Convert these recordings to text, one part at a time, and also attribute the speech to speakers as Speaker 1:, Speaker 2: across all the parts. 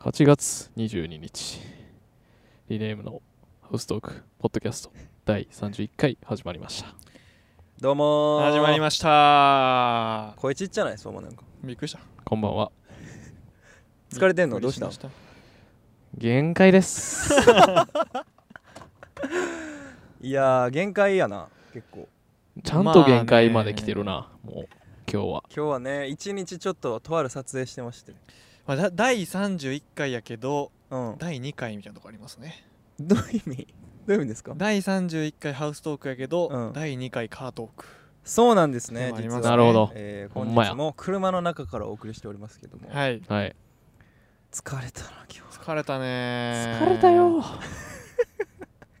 Speaker 1: 8月22日リネームのハウストークポッドキャスト第31回始まりました
Speaker 2: どうもー
Speaker 3: 始まりました
Speaker 2: 声ちっちゃないそうもなんか
Speaker 3: びっくりした
Speaker 1: こんばんは
Speaker 2: 疲れてんのどうした
Speaker 3: びっくりま
Speaker 1: 限界です
Speaker 2: いやー限界やな結構
Speaker 1: ちゃんと限界まで来てるな、もう今日は
Speaker 2: 今日はね一日ちょっととある撮影してまして
Speaker 3: まあ、だ第31回やけど
Speaker 2: うん
Speaker 3: 第2回みたいなとこありますね
Speaker 2: どういう意味どういう意味ですか
Speaker 3: 第31回ハウストークやけど、
Speaker 2: うん
Speaker 3: 第2回カートーク
Speaker 2: そうなんですね
Speaker 3: でもあり
Speaker 2: 実
Speaker 3: ます
Speaker 1: な
Speaker 2: は
Speaker 3: ね
Speaker 1: るほど
Speaker 2: えー、
Speaker 1: ほ
Speaker 2: 本
Speaker 1: んまや
Speaker 2: 日も車の中からお送りしておりますけども、
Speaker 3: はい
Speaker 1: はい
Speaker 2: 疲れたな今
Speaker 3: 疲れたねー
Speaker 1: 疲れたよ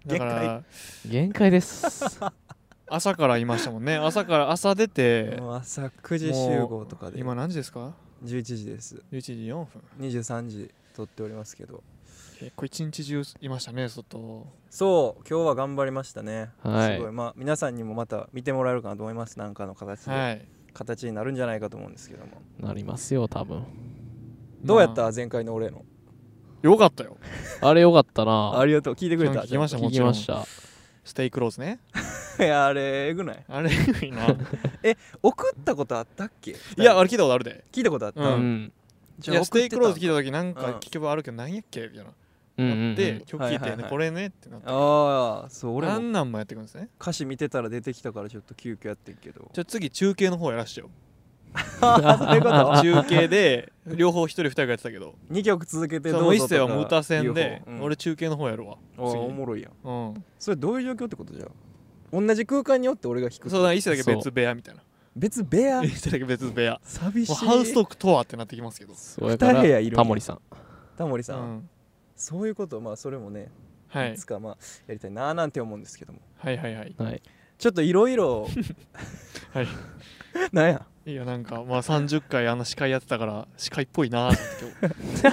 Speaker 3: だから
Speaker 1: 限界です
Speaker 3: 朝からいましたもんね朝から朝出
Speaker 2: 日
Speaker 3: て
Speaker 2: もう朝9時集合とかで
Speaker 3: 今何時ですか
Speaker 2: 11時です
Speaker 3: 11時4分
Speaker 2: 23時撮っておりますけど
Speaker 3: 結構一日中いましたね外
Speaker 2: そう今日は頑張りましたね、
Speaker 1: はい
Speaker 2: すごいまあ皆さんにもまた見てもらえるかなと思いますなんかの形で、
Speaker 3: はい
Speaker 2: 形になるんじゃないかと思うんですけども
Speaker 1: なりますよ多分
Speaker 2: どうやった
Speaker 3: まあ
Speaker 2: 前回の俺の
Speaker 3: よかったよ
Speaker 1: あれよかったな
Speaker 2: ありがとう聞いてくれた
Speaker 3: 聞きました
Speaker 1: 聞
Speaker 3: も
Speaker 1: き
Speaker 3: ちろ
Speaker 1: ま
Speaker 3: ん
Speaker 1: した
Speaker 3: ステイクローズね
Speaker 2: いや あれえぐない
Speaker 3: あれいい な
Speaker 2: 送ったことあったっけ
Speaker 3: いやあれ聞いたことあるで
Speaker 2: 聞いたことあった、
Speaker 3: う
Speaker 1: うんん
Speaker 2: じ
Speaker 3: い
Speaker 2: ゃあ
Speaker 3: やス
Speaker 2: 送っ
Speaker 3: テイ
Speaker 2: てた
Speaker 3: クローズ聞いた時なんか
Speaker 2: うん
Speaker 3: 聞けばあるけど何やっけみたいな
Speaker 1: うんうん
Speaker 3: な
Speaker 1: うん
Speaker 3: って今日聞い
Speaker 2: はいは
Speaker 3: て
Speaker 2: いは
Speaker 3: ね
Speaker 2: い
Speaker 3: これねってなって
Speaker 2: ああそう俺
Speaker 3: あ
Speaker 2: も
Speaker 3: んなんもやってくるんですね
Speaker 2: 歌詞見てたら出てきたからちょっと急遽やってんけ ど
Speaker 3: じゃあ次中継の方やらしてよ
Speaker 2: あそういうこと
Speaker 3: 中継で両方一人二人がやってたけど
Speaker 2: 2曲続けて
Speaker 3: そ
Speaker 2: ど
Speaker 3: う
Speaker 2: う
Speaker 3: も
Speaker 2: ぞ
Speaker 3: う
Speaker 2: と
Speaker 3: 一世は無
Speaker 2: か
Speaker 3: 打線で
Speaker 2: UFO うん、
Speaker 3: 俺中継の方やるわ
Speaker 2: あーお
Speaker 3: 次
Speaker 2: もろいやん
Speaker 3: うん
Speaker 2: それどういう状況ってことじゃん同じ空間におって俺が弾く
Speaker 3: そうだから一世だけ別部屋みたいな
Speaker 2: 別部屋
Speaker 3: 一世だけ別部屋
Speaker 2: 寂し
Speaker 3: もう
Speaker 2: い
Speaker 3: ハウストークとはってなってきますけど
Speaker 1: そうやから
Speaker 2: 二部屋いるんや
Speaker 1: タモリさん
Speaker 2: タモリ
Speaker 3: う
Speaker 2: さん、
Speaker 3: ん
Speaker 2: そういうことまあそれもね、、
Speaker 3: はいい
Speaker 2: つかまあやりたいなーなんて思うんですけども
Speaker 3: はいはいはい
Speaker 1: はい
Speaker 2: ちょっといろいろ
Speaker 3: はい
Speaker 2: なんや
Speaker 3: いやなんかまあ30回あの司会やってたから司会っぽいなーって今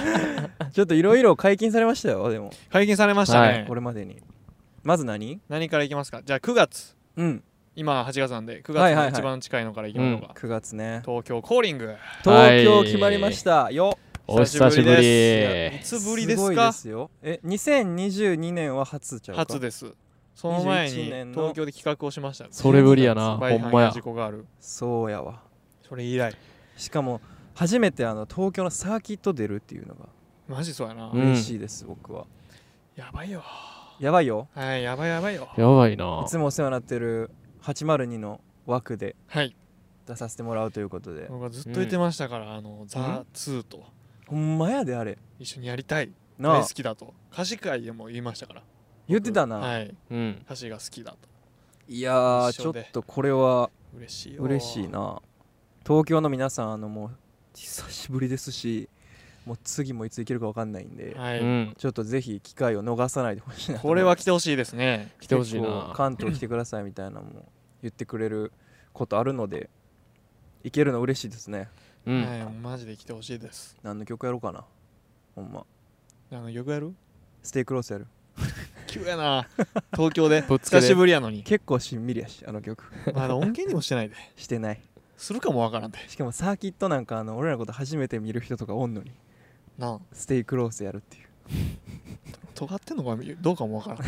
Speaker 3: 日
Speaker 2: ちょっといろいろ解禁されましたよでも
Speaker 3: 解禁されました
Speaker 1: は
Speaker 3: ね
Speaker 2: これまでにまず何
Speaker 3: 何からいきますかじゃあ9月
Speaker 2: うん
Speaker 3: 今8月なんで9
Speaker 2: はいは
Speaker 3: 月
Speaker 2: いは
Speaker 3: の
Speaker 2: い
Speaker 3: 一番近いのからいきましょうか、
Speaker 2: 9月ね
Speaker 3: 東京コーリング
Speaker 2: 東京決まりましたよ
Speaker 1: お久しぶり
Speaker 3: で
Speaker 1: です
Speaker 3: いつぶりです
Speaker 2: ごい
Speaker 3: か
Speaker 2: ですよえ2022年は初ちゃうか
Speaker 3: 初ですその前に
Speaker 2: 21年の
Speaker 3: 東京で企画をしました
Speaker 1: それぶりやな
Speaker 3: バ
Speaker 1: ほ
Speaker 3: イハ
Speaker 1: ん
Speaker 3: ン
Speaker 1: ま
Speaker 3: や
Speaker 1: や
Speaker 3: 事故がある
Speaker 2: そうやわ
Speaker 3: それ以来
Speaker 2: しかも初めてあの東京のサーキット出るっていうのが
Speaker 3: マジそうやな、
Speaker 1: うん
Speaker 2: 嬉しいです、僕は
Speaker 3: やばいよ
Speaker 2: やばいよ
Speaker 3: はいやばいやばいよ
Speaker 1: やばいない
Speaker 2: つもお世話になってる802の枠で
Speaker 3: はい
Speaker 2: 出させてもらうということで、
Speaker 3: 僕はずっと言ってましたから、あのザ・ツーと
Speaker 2: ほんまやであれ
Speaker 3: 一緒にやりたい
Speaker 2: な
Speaker 3: 大
Speaker 2: あ
Speaker 3: 好きだと歌詞会でも言いましたから
Speaker 2: 言ってたな、
Speaker 3: はい
Speaker 1: うん
Speaker 3: 歌詞が好きだと
Speaker 2: い、やー
Speaker 3: 一
Speaker 2: ちょ
Speaker 3: 緒
Speaker 2: っ
Speaker 3: で
Speaker 2: とこれは
Speaker 3: 嬉しいよ
Speaker 2: 嬉しいな東京の皆さんあのもう久しぶりですしもう次もいつ行けるか分かんないんで、
Speaker 3: はい、
Speaker 1: うん
Speaker 2: ちょっとぜひ機会を逃さないでほしいなと思
Speaker 3: こ
Speaker 2: い
Speaker 3: れ
Speaker 2: ま
Speaker 3: は
Speaker 2: す
Speaker 3: 来てほしいですね
Speaker 1: 来てほしい
Speaker 2: 結構
Speaker 1: な
Speaker 2: 関東来てくださいみたいなのも言ってくれることあるので行けるの嬉しいですね
Speaker 1: うん
Speaker 3: はいマジで来てほしいです
Speaker 2: 何の曲やろうかなほんま
Speaker 3: あのよくやる
Speaker 2: ステイクロースやる
Speaker 3: 急やな東京で
Speaker 1: ぶっつけで
Speaker 3: 久しぶりやのに
Speaker 2: 結構しんみりやしあの曲
Speaker 3: まだ音源にもしてないで
Speaker 2: してない
Speaker 3: するかもわからんで
Speaker 2: しかもサーキットなんかあの俺らのこと初めて見る人とかおんのに
Speaker 3: なあ
Speaker 2: ステイクロースやるっていう
Speaker 3: 尖ってんのかどうかもわからん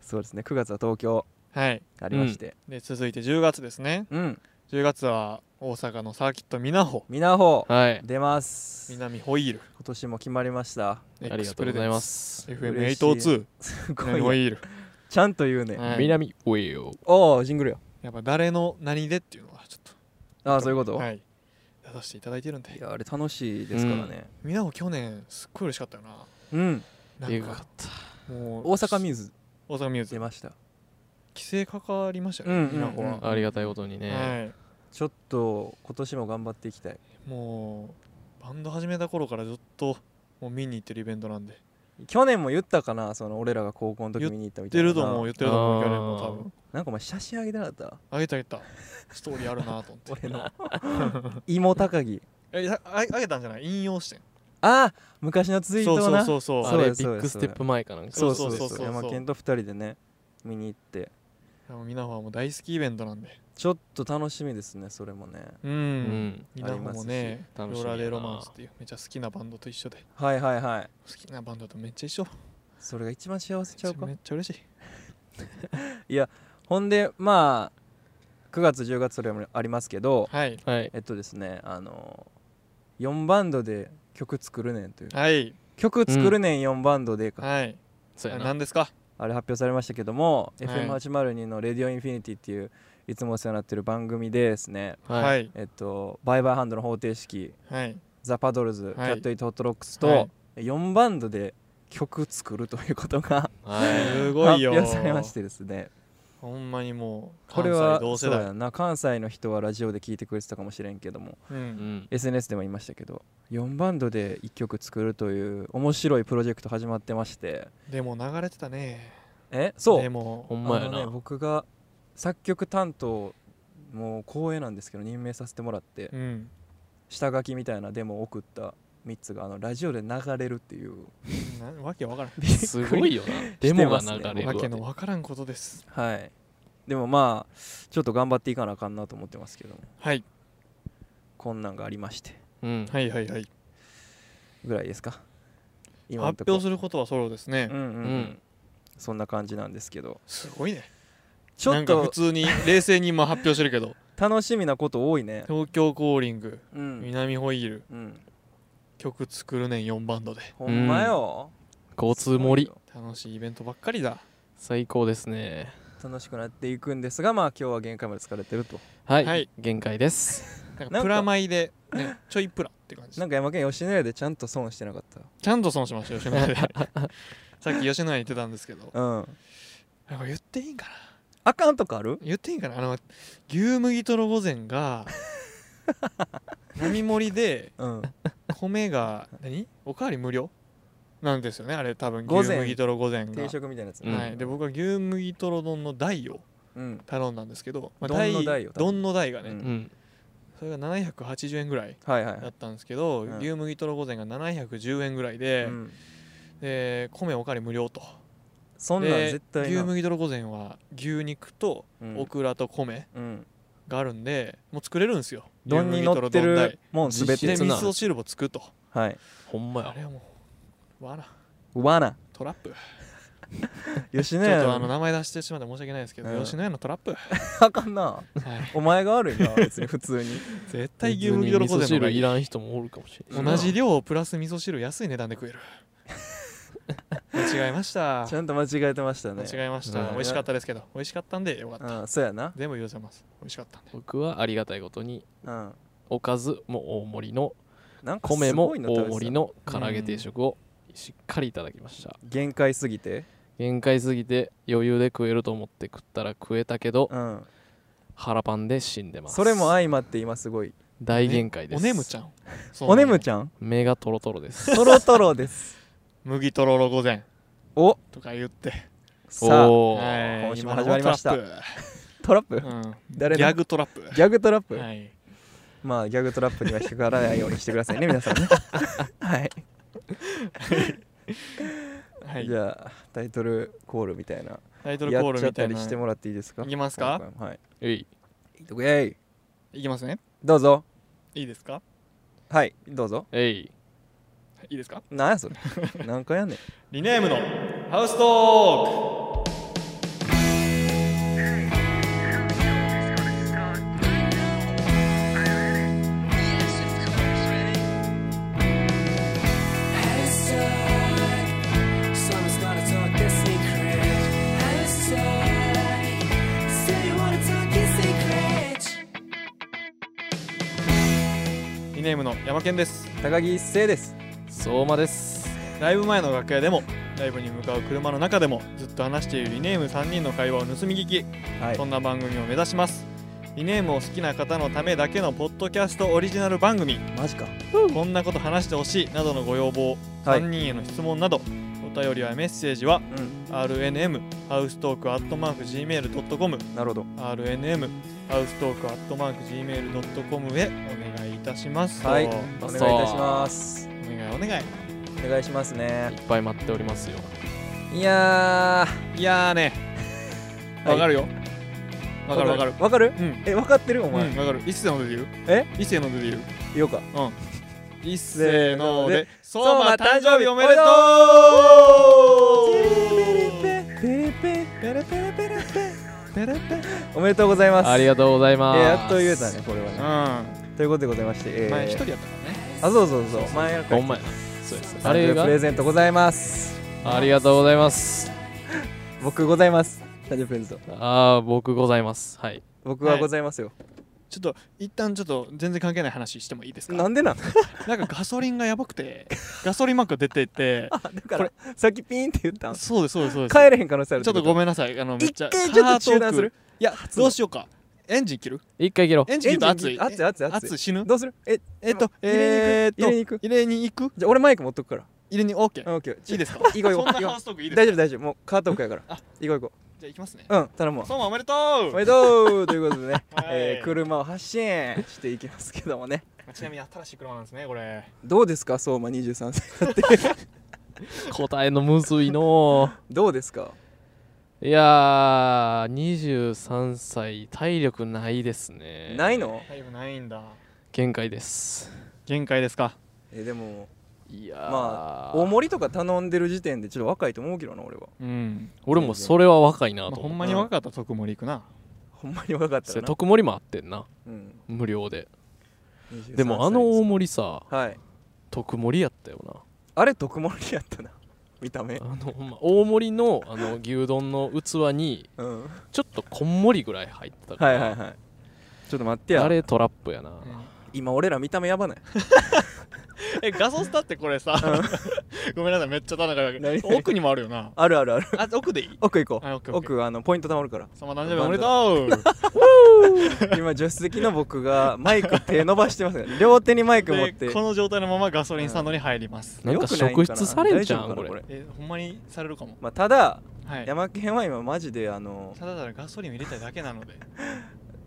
Speaker 2: そうですね9月は東京
Speaker 3: はい
Speaker 2: ありまして
Speaker 3: で続いて10月ですね
Speaker 2: うん
Speaker 3: 10月は大阪のサーキットみなほ
Speaker 2: みなほ
Speaker 1: はい
Speaker 2: 出ます今
Speaker 3: 南ホイール
Speaker 2: 年も決まりました
Speaker 1: ありがとうございます。
Speaker 2: 嬉しい
Speaker 3: FM802
Speaker 2: すご
Speaker 3: 南ホイ
Speaker 2: い
Speaker 3: ール
Speaker 2: ちゃんと言うね、
Speaker 3: はい
Speaker 1: 南ウェよ
Speaker 2: おおジングルよ
Speaker 3: やっぱ誰の何でっていうのはちょっ
Speaker 2: ああ
Speaker 3: と
Speaker 2: そういうこと、、
Speaker 3: はいい出させていただいてるんで
Speaker 2: やあれ楽しいですからね
Speaker 3: みなほ去年すっごい嬉しかったよ
Speaker 2: うん、
Speaker 3: なな
Speaker 1: え
Speaker 3: ん
Speaker 1: ぐか
Speaker 3: か
Speaker 1: った。
Speaker 3: もう
Speaker 2: 大阪ミューズ
Speaker 3: 大阪ミューズ
Speaker 2: 出ました
Speaker 3: 規制かかりましたよ
Speaker 2: うん
Speaker 3: ね
Speaker 2: うん
Speaker 3: みなほ
Speaker 2: うん
Speaker 3: は
Speaker 1: ありがたいことにね。
Speaker 3: はい
Speaker 2: ちょっと今年も頑張っていきたい
Speaker 3: もうバンド始めた頃からずっともう見に行ってるイベントなんで
Speaker 2: 去年も言ったかなその俺らが高校の時見に行ったみ
Speaker 3: 言った
Speaker 2: い
Speaker 3: て
Speaker 2: な
Speaker 3: ると思う言ってると
Speaker 1: あ
Speaker 3: 思う
Speaker 1: ー
Speaker 3: 去年も多分
Speaker 2: なんかお前写真あげてなかっ た
Speaker 3: あげたあげたストーリーあるなと思って
Speaker 2: 俺の芋高木
Speaker 3: えあああげたんじゃない引用してん
Speaker 2: ああ昔のツイート
Speaker 3: そ
Speaker 2: を
Speaker 3: うそう
Speaker 2: な
Speaker 3: そうそう
Speaker 1: あ
Speaker 2: そう
Speaker 1: れ、
Speaker 2: や
Speaker 1: ビッ
Speaker 2: や
Speaker 1: グステップ前かなんか。
Speaker 3: そうそうそうそう
Speaker 2: 山健と二人でね見に行って
Speaker 3: でもみなほはもう大好きイベントなんで
Speaker 2: ちょっと楽しみですねそれもね
Speaker 3: う
Speaker 1: うんん、
Speaker 3: 稲穂もね
Speaker 1: ありますし楽しみやな
Speaker 3: ローラでロマンスっていうめっちゃ好きなバンドと一緒で
Speaker 2: はいはいはい
Speaker 3: 好きなバンドとめっちゃ一緒
Speaker 2: それが一番幸せちゃうか
Speaker 3: めっちゃ嬉しい
Speaker 2: ほんでまあ9月10月それもありますけど
Speaker 3: はい
Speaker 1: はい
Speaker 2: えっとですねあの4バンドで曲作るねんという
Speaker 3: はい
Speaker 2: 曲作るねん4バンドでか、
Speaker 3: はい
Speaker 1: そうやな
Speaker 3: 何ですか
Speaker 2: あれ発表されましたけども、
Speaker 3: い
Speaker 2: FM802 の「レディオインフィニティ」っていういつもお世話になってる番組でですね
Speaker 3: は
Speaker 1: はい
Speaker 3: い
Speaker 2: えっとバイバイハンドの方程式
Speaker 3: はい
Speaker 2: ザ・パドルズ、
Speaker 3: い
Speaker 2: キャット・イート・ホット・ロックス
Speaker 3: は
Speaker 2: と
Speaker 3: い
Speaker 2: 4バンドで曲作るということが
Speaker 1: はい
Speaker 3: すごい
Speaker 2: 発
Speaker 3: よ
Speaker 2: 表されましてですね
Speaker 3: ほんまにもう
Speaker 2: こ
Speaker 3: 関
Speaker 2: れ
Speaker 3: 西
Speaker 2: は
Speaker 3: 同世
Speaker 2: そう
Speaker 3: 代
Speaker 2: やな関西の人はラジオで聞いてくれてたかもしれんけども
Speaker 3: う
Speaker 1: うんん
Speaker 2: SNS でも言いましたけど4バンドで1曲作るという面白いプロジェクト始まってまして
Speaker 3: でも流れてたね
Speaker 2: えそう
Speaker 3: でも
Speaker 1: ほんまや
Speaker 2: あのね
Speaker 1: な、
Speaker 2: 僕が作曲担当もう光栄なんですけど任命させてもらって、
Speaker 3: うん
Speaker 2: 下書きみたいなデモを送った3つがあのラジオで流れるっていう
Speaker 3: なわけわからん
Speaker 1: すごいよなデモが流れるわ
Speaker 3: わけ
Speaker 1: け
Speaker 3: のわからんことです
Speaker 2: はいでもまあちょっと頑張っていかなあかんなと思ってますけども
Speaker 3: はい
Speaker 2: こんなんがありまして
Speaker 1: うん
Speaker 3: はいはいはい
Speaker 2: ぐらいですか今の
Speaker 3: 発
Speaker 2: とこ
Speaker 3: 表することはソロですね
Speaker 2: うんうん、うん
Speaker 1: うん
Speaker 2: そんな感じなんですけど
Speaker 3: すごいね
Speaker 2: ちょっ
Speaker 3: なんか普
Speaker 2: と
Speaker 3: 通に冷静に今発表してる けど
Speaker 2: 楽しみなこと多いね
Speaker 3: 東京コーリング
Speaker 2: うん、
Speaker 3: 南ホイール
Speaker 2: うん、
Speaker 3: 曲作るねん4バンドで
Speaker 2: ほんまよ、
Speaker 1: 交通盛り
Speaker 3: 楽しいイベントばっかりだ
Speaker 1: 最高ですね
Speaker 2: 楽しくなっていくんですがまあ今日は限界まで疲れてると
Speaker 1: はい、
Speaker 3: はい
Speaker 1: 限界です
Speaker 3: なん
Speaker 2: なんか
Speaker 3: かプラマイで、 ね、ちょいプラって感じ
Speaker 2: なんか山県吉野家でちゃんと損してなかっ
Speaker 3: ちゃんと損しました吉野家 でさっき吉野家に言ってたんですけど
Speaker 2: たうん
Speaker 3: なんか言っていいんかな
Speaker 2: あかんとかある
Speaker 3: 言っていいんかなあの牛麦とろ御膳が並盛りで
Speaker 2: うん
Speaker 3: 米が何おかわり無料なんですよねあれ多分
Speaker 2: 御
Speaker 3: 牛
Speaker 2: 膳
Speaker 3: 麦とろ御膳が
Speaker 2: 定食みたいなやつね、
Speaker 3: はい、で僕は牛麦とろ丼の大を
Speaker 2: うん
Speaker 3: 頼んだんですけど、
Speaker 2: 丼の大を頼む
Speaker 3: 丼の大がね、
Speaker 2: う
Speaker 1: うんん
Speaker 3: それが780円ぐらい
Speaker 2: はいはいは
Speaker 3: だっ
Speaker 2: い
Speaker 3: たんですけど、
Speaker 2: うん
Speaker 3: 牛麦とろ御膳が710円ぐらいで、
Speaker 2: うん
Speaker 3: で米おかわり無料と
Speaker 2: そんなん
Speaker 3: で
Speaker 2: 絶対
Speaker 3: 牛
Speaker 2: な
Speaker 3: 麦とろ御膳は牛肉と
Speaker 2: うん
Speaker 3: オクラと米
Speaker 2: うん
Speaker 3: があるんで、もう作れるんですよ
Speaker 2: 丼に乗ってるもん
Speaker 1: 牛
Speaker 2: 全
Speaker 1: 麦
Speaker 2: べ
Speaker 1: と
Speaker 2: て
Speaker 1: ろ丼
Speaker 3: で
Speaker 1: 別
Speaker 3: 味
Speaker 1: な
Speaker 3: 噌汁も作ると
Speaker 2: はい
Speaker 1: ほんま
Speaker 3: あ
Speaker 1: や
Speaker 3: れはもうわな
Speaker 2: 罠
Speaker 3: トラップ
Speaker 2: 吉
Speaker 3: ち
Speaker 2: 野
Speaker 3: ょっ
Speaker 2: 家
Speaker 3: とあの
Speaker 2: の
Speaker 3: 名前出してしまって申し訳ないですけど、
Speaker 2: うん
Speaker 3: 吉野家のトラップ、は、
Speaker 2: あかんない お前が悪いな別に普通に
Speaker 3: 絶対牛麦とろ
Speaker 1: 別
Speaker 3: 御
Speaker 1: に味噌
Speaker 3: 膳の方が
Speaker 1: 汁
Speaker 3: い
Speaker 1: い
Speaker 3: い
Speaker 1: らん人もおるかもしれない
Speaker 3: 同じ量をプラス味噌汁安い値段で食える間違えました
Speaker 2: ちゃんと間違えてましたね
Speaker 3: 間違えまし
Speaker 1: うん
Speaker 3: た美味しかったですけど美味しかったんでよかった
Speaker 2: うんそうやな
Speaker 3: 全部許せます美味しかったんで
Speaker 1: 僕はありがたいことに
Speaker 2: うん
Speaker 1: おかずも大盛りの
Speaker 2: なんか
Speaker 1: 米
Speaker 2: す
Speaker 1: も
Speaker 2: ごいの
Speaker 1: 大盛り
Speaker 2: 食べて
Speaker 1: の唐揚げ定食をしっかりいただきました
Speaker 2: た限界すぎて
Speaker 1: 限界すぎて余裕で食えると思って食ったら食えたけど
Speaker 2: うん
Speaker 1: 腹パンで死んでます
Speaker 2: それも相まって今すごい
Speaker 1: 大限界です
Speaker 3: おねむちゃんそうな
Speaker 2: お
Speaker 3: ん
Speaker 2: ね
Speaker 3: よ
Speaker 2: むちゃん
Speaker 1: 目がトロトロです
Speaker 2: トロトロです
Speaker 3: 麦とろろ御膳
Speaker 2: お
Speaker 3: とか言って
Speaker 2: さあ
Speaker 1: おー
Speaker 3: はい
Speaker 2: 今週も始まりました
Speaker 3: 今のトラッ
Speaker 2: トラップ
Speaker 3: プうん
Speaker 2: 誰の
Speaker 3: ギャグトラップ
Speaker 2: ギャグトラップ
Speaker 3: はい
Speaker 2: まあギャグトラップには引っかからないようにしてください ね皆さんねはい、
Speaker 3: はい
Speaker 2: じゃあタイトルコールみたいな
Speaker 3: タイトル
Speaker 2: や
Speaker 3: コー
Speaker 2: っ
Speaker 3: ル
Speaker 2: ちゃっ
Speaker 3: みた
Speaker 2: た
Speaker 3: い
Speaker 2: り
Speaker 3: な
Speaker 2: してもらっていいですか
Speaker 3: いきますか
Speaker 2: 今回もはい
Speaker 1: えい
Speaker 2: イェイ
Speaker 3: いきますね
Speaker 2: どうぞ
Speaker 3: いいですか
Speaker 2: はいどうぞ
Speaker 1: えい
Speaker 3: いいですか
Speaker 2: なんや それ何回やんねん
Speaker 3: リネームのハウストークリネームのヤマケンです
Speaker 2: 高木一生です
Speaker 1: 相馬です
Speaker 3: ライブ前の楽屋でもライブに向かう車の中でもずっと話しているリネーム3人の会話を盗み聞き
Speaker 2: はい
Speaker 3: そんな番組を目指しますリネームを好きな方のためだけのポッドキャストオリジナル番組
Speaker 2: マジか
Speaker 3: こんなこと話してほしいなどのご要望、
Speaker 2: はい
Speaker 3: 3人への質問などお便りやメッセージは
Speaker 2: う
Speaker 3: RNM ハウストークアットマーク Gmail.com
Speaker 2: んなるほど
Speaker 3: RNM ハウストークアットマーク Gmail.com へお願いいたします
Speaker 2: はい
Speaker 3: お願
Speaker 2: お願
Speaker 1: そ
Speaker 2: いいうたします
Speaker 3: いお願い
Speaker 2: お願いします
Speaker 1: い
Speaker 2: ね
Speaker 1: っぱい待っておりますよ
Speaker 2: いや
Speaker 3: いやーね
Speaker 2: はい
Speaker 3: わかるよ、
Speaker 2: ー
Speaker 3: わかるわかる
Speaker 2: わかる
Speaker 3: うん
Speaker 2: え分かってるお
Speaker 3: お
Speaker 2: 前、
Speaker 3: 前わかる一世ので言う
Speaker 2: え
Speaker 3: 一世ので言う
Speaker 2: 言おうか
Speaker 3: 一世ので相
Speaker 2: う
Speaker 3: 馬
Speaker 2: ま
Speaker 3: 誕生日おめでとう
Speaker 2: おめでとうございます
Speaker 1: ありがとうございます。
Speaker 2: えーやっと言えたねこれはね
Speaker 3: う
Speaker 2: ということでございまして、えー
Speaker 3: ん前一人やったからね
Speaker 2: あそうそうそう前や
Speaker 1: ほんまや。そうです。あ
Speaker 2: あれ
Speaker 1: れ
Speaker 2: が
Speaker 1: が
Speaker 2: プレゼントございます
Speaker 1: ありがとうございます。
Speaker 2: 僕ございます誕生日プレゼント
Speaker 1: ああ、僕ございます。はい。
Speaker 2: 僕はございますよ、
Speaker 3: ちょっと一旦ちょっと全然関係ない話してもいいですか
Speaker 2: なんでなん
Speaker 3: なんかガソリンがやばくてガソリンマーク出てて
Speaker 2: だからさっきピーンって言ったん
Speaker 3: そうですそうですそうです
Speaker 2: 帰れへん可能性ある
Speaker 3: ちょっとご
Speaker 2: ん
Speaker 3: めんなさいあのめっちゃ
Speaker 2: 一回ちょっと中
Speaker 3: カートー
Speaker 2: 断
Speaker 3: ク
Speaker 2: する
Speaker 3: いや
Speaker 2: の
Speaker 3: どうしようかエンジン切る
Speaker 1: 一回切ろう。
Speaker 3: エンジン切ると熱
Speaker 2: エン
Speaker 3: い
Speaker 2: ジン熱い熱い熱い
Speaker 3: 熱い 死ぬ
Speaker 2: どうするえ
Speaker 3: えっと
Speaker 2: 入れ
Speaker 3: えーっ
Speaker 2: に行く入れに行く
Speaker 3: と入れに行く
Speaker 2: じゃあ俺マイク持っとくから
Speaker 3: 入れに OK
Speaker 2: あオッケー
Speaker 3: いいですか
Speaker 2: 行こう行こう
Speaker 3: そんなハウストークいいですか
Speaker 2: 大丈夫大丈夫もうカートークやから
Speaker 3: あ
Speaker 2: 行こう行こ
Speaker 3: じゃあ行きますね
Speaker 2: ううん頼むわ
Speaker 3: そうもおめでと
Speaker 2: お
Speaker 3: う
Speaker 2: めでとうということでね、
Speaker 3: はい
Speaker 2: えー車を発信していきますけどもね
Speaker 3: ちなみに新しい車なんですねこれ
Speaker 2: どうですか相馬23歳
Speaker 1: 答えのむずいの
Speaker 2: どうですか
Speaker 1: う。いやー、23歳、体力ないですね。
Speaker 2: ないの
Speaker 3: タイムないんだ
Speaker 1: 限界です。
Speaker 3: 限界ですか
Speaker 2: えーでも
Speaker 1: いやー、
Speaker 2: まあ大盛りとか頼んでる時点でちょっと若いと思うけどな俺は
Speaker 3: うん
Speaker 1: 俺もそれは若いな
Speaker 3: まあ
Speaker 1: と
Speaker 3: ほ
Speaker 1: 思
Speaker 3: ん
Speaker 1: っ
Speaker 3: まに若かったら特盛行くな
Speaker 2: ほんまに若かった
Speaker 1: て。
Speaker 2: らな、
Speaker 1: 特盛りもあってんな。
Speaker 2: うん、
Speaker 1: 無料で。
Speaker 2: 23歳
Speaker 1: でもあの大盛りさ、
Speaker 2: はい
Speaker 1: 特盛りやったよな。
Speaker 2: あれ特盛りやったな見た目
Speaker 1: あの、まあ、大盛りのあの牛丼の器に
Speaker 2: うん
Speaker 1: ちょっとこんもりぐらい入ってたか
Speaker 2: は
Speaker 1: ら
Speaker 2: いはいはいちょっと待ってや
Speaker 1: あれトラップやな、
Speaker 2: 今俺ら見た目やばない
Speaker 3: えガソスタってこれさ ごめんなさいめっちゃ田中が
Speaker 2: 何々
Speaker 3: 奥にもあるよな
Speaker 2: あるあるあ る
Speaker 3: あ奥でいい
Speaker 2: 奥行こ
Speaker 3: あオッケ
Speaker 2: う
Speaker 3: ーオッケー
Speaker 2: 奥あのポイント貯まるから
Speaker 3: その誕生日おめでとう
Speaker 2: 今助手席の僕がマイク手伸ばしてますから 両手にマイク持って
Speaker 3: でこの状態のままガソリンスタンドに入ります
Speaker 1: なんか
Speaker 2: 良くない
Speaker 1: 職質されんじゃん
Speaker 2: 大丈夫かな
Speaker 1: これ
Speaker 3: えほんまにされるかも
Speaker 2: まあ、ただ
Speaker 3: はい
Speaker 2: 山県は今マジであの
Speaker 3: ただただガソリンを入れたいだけなので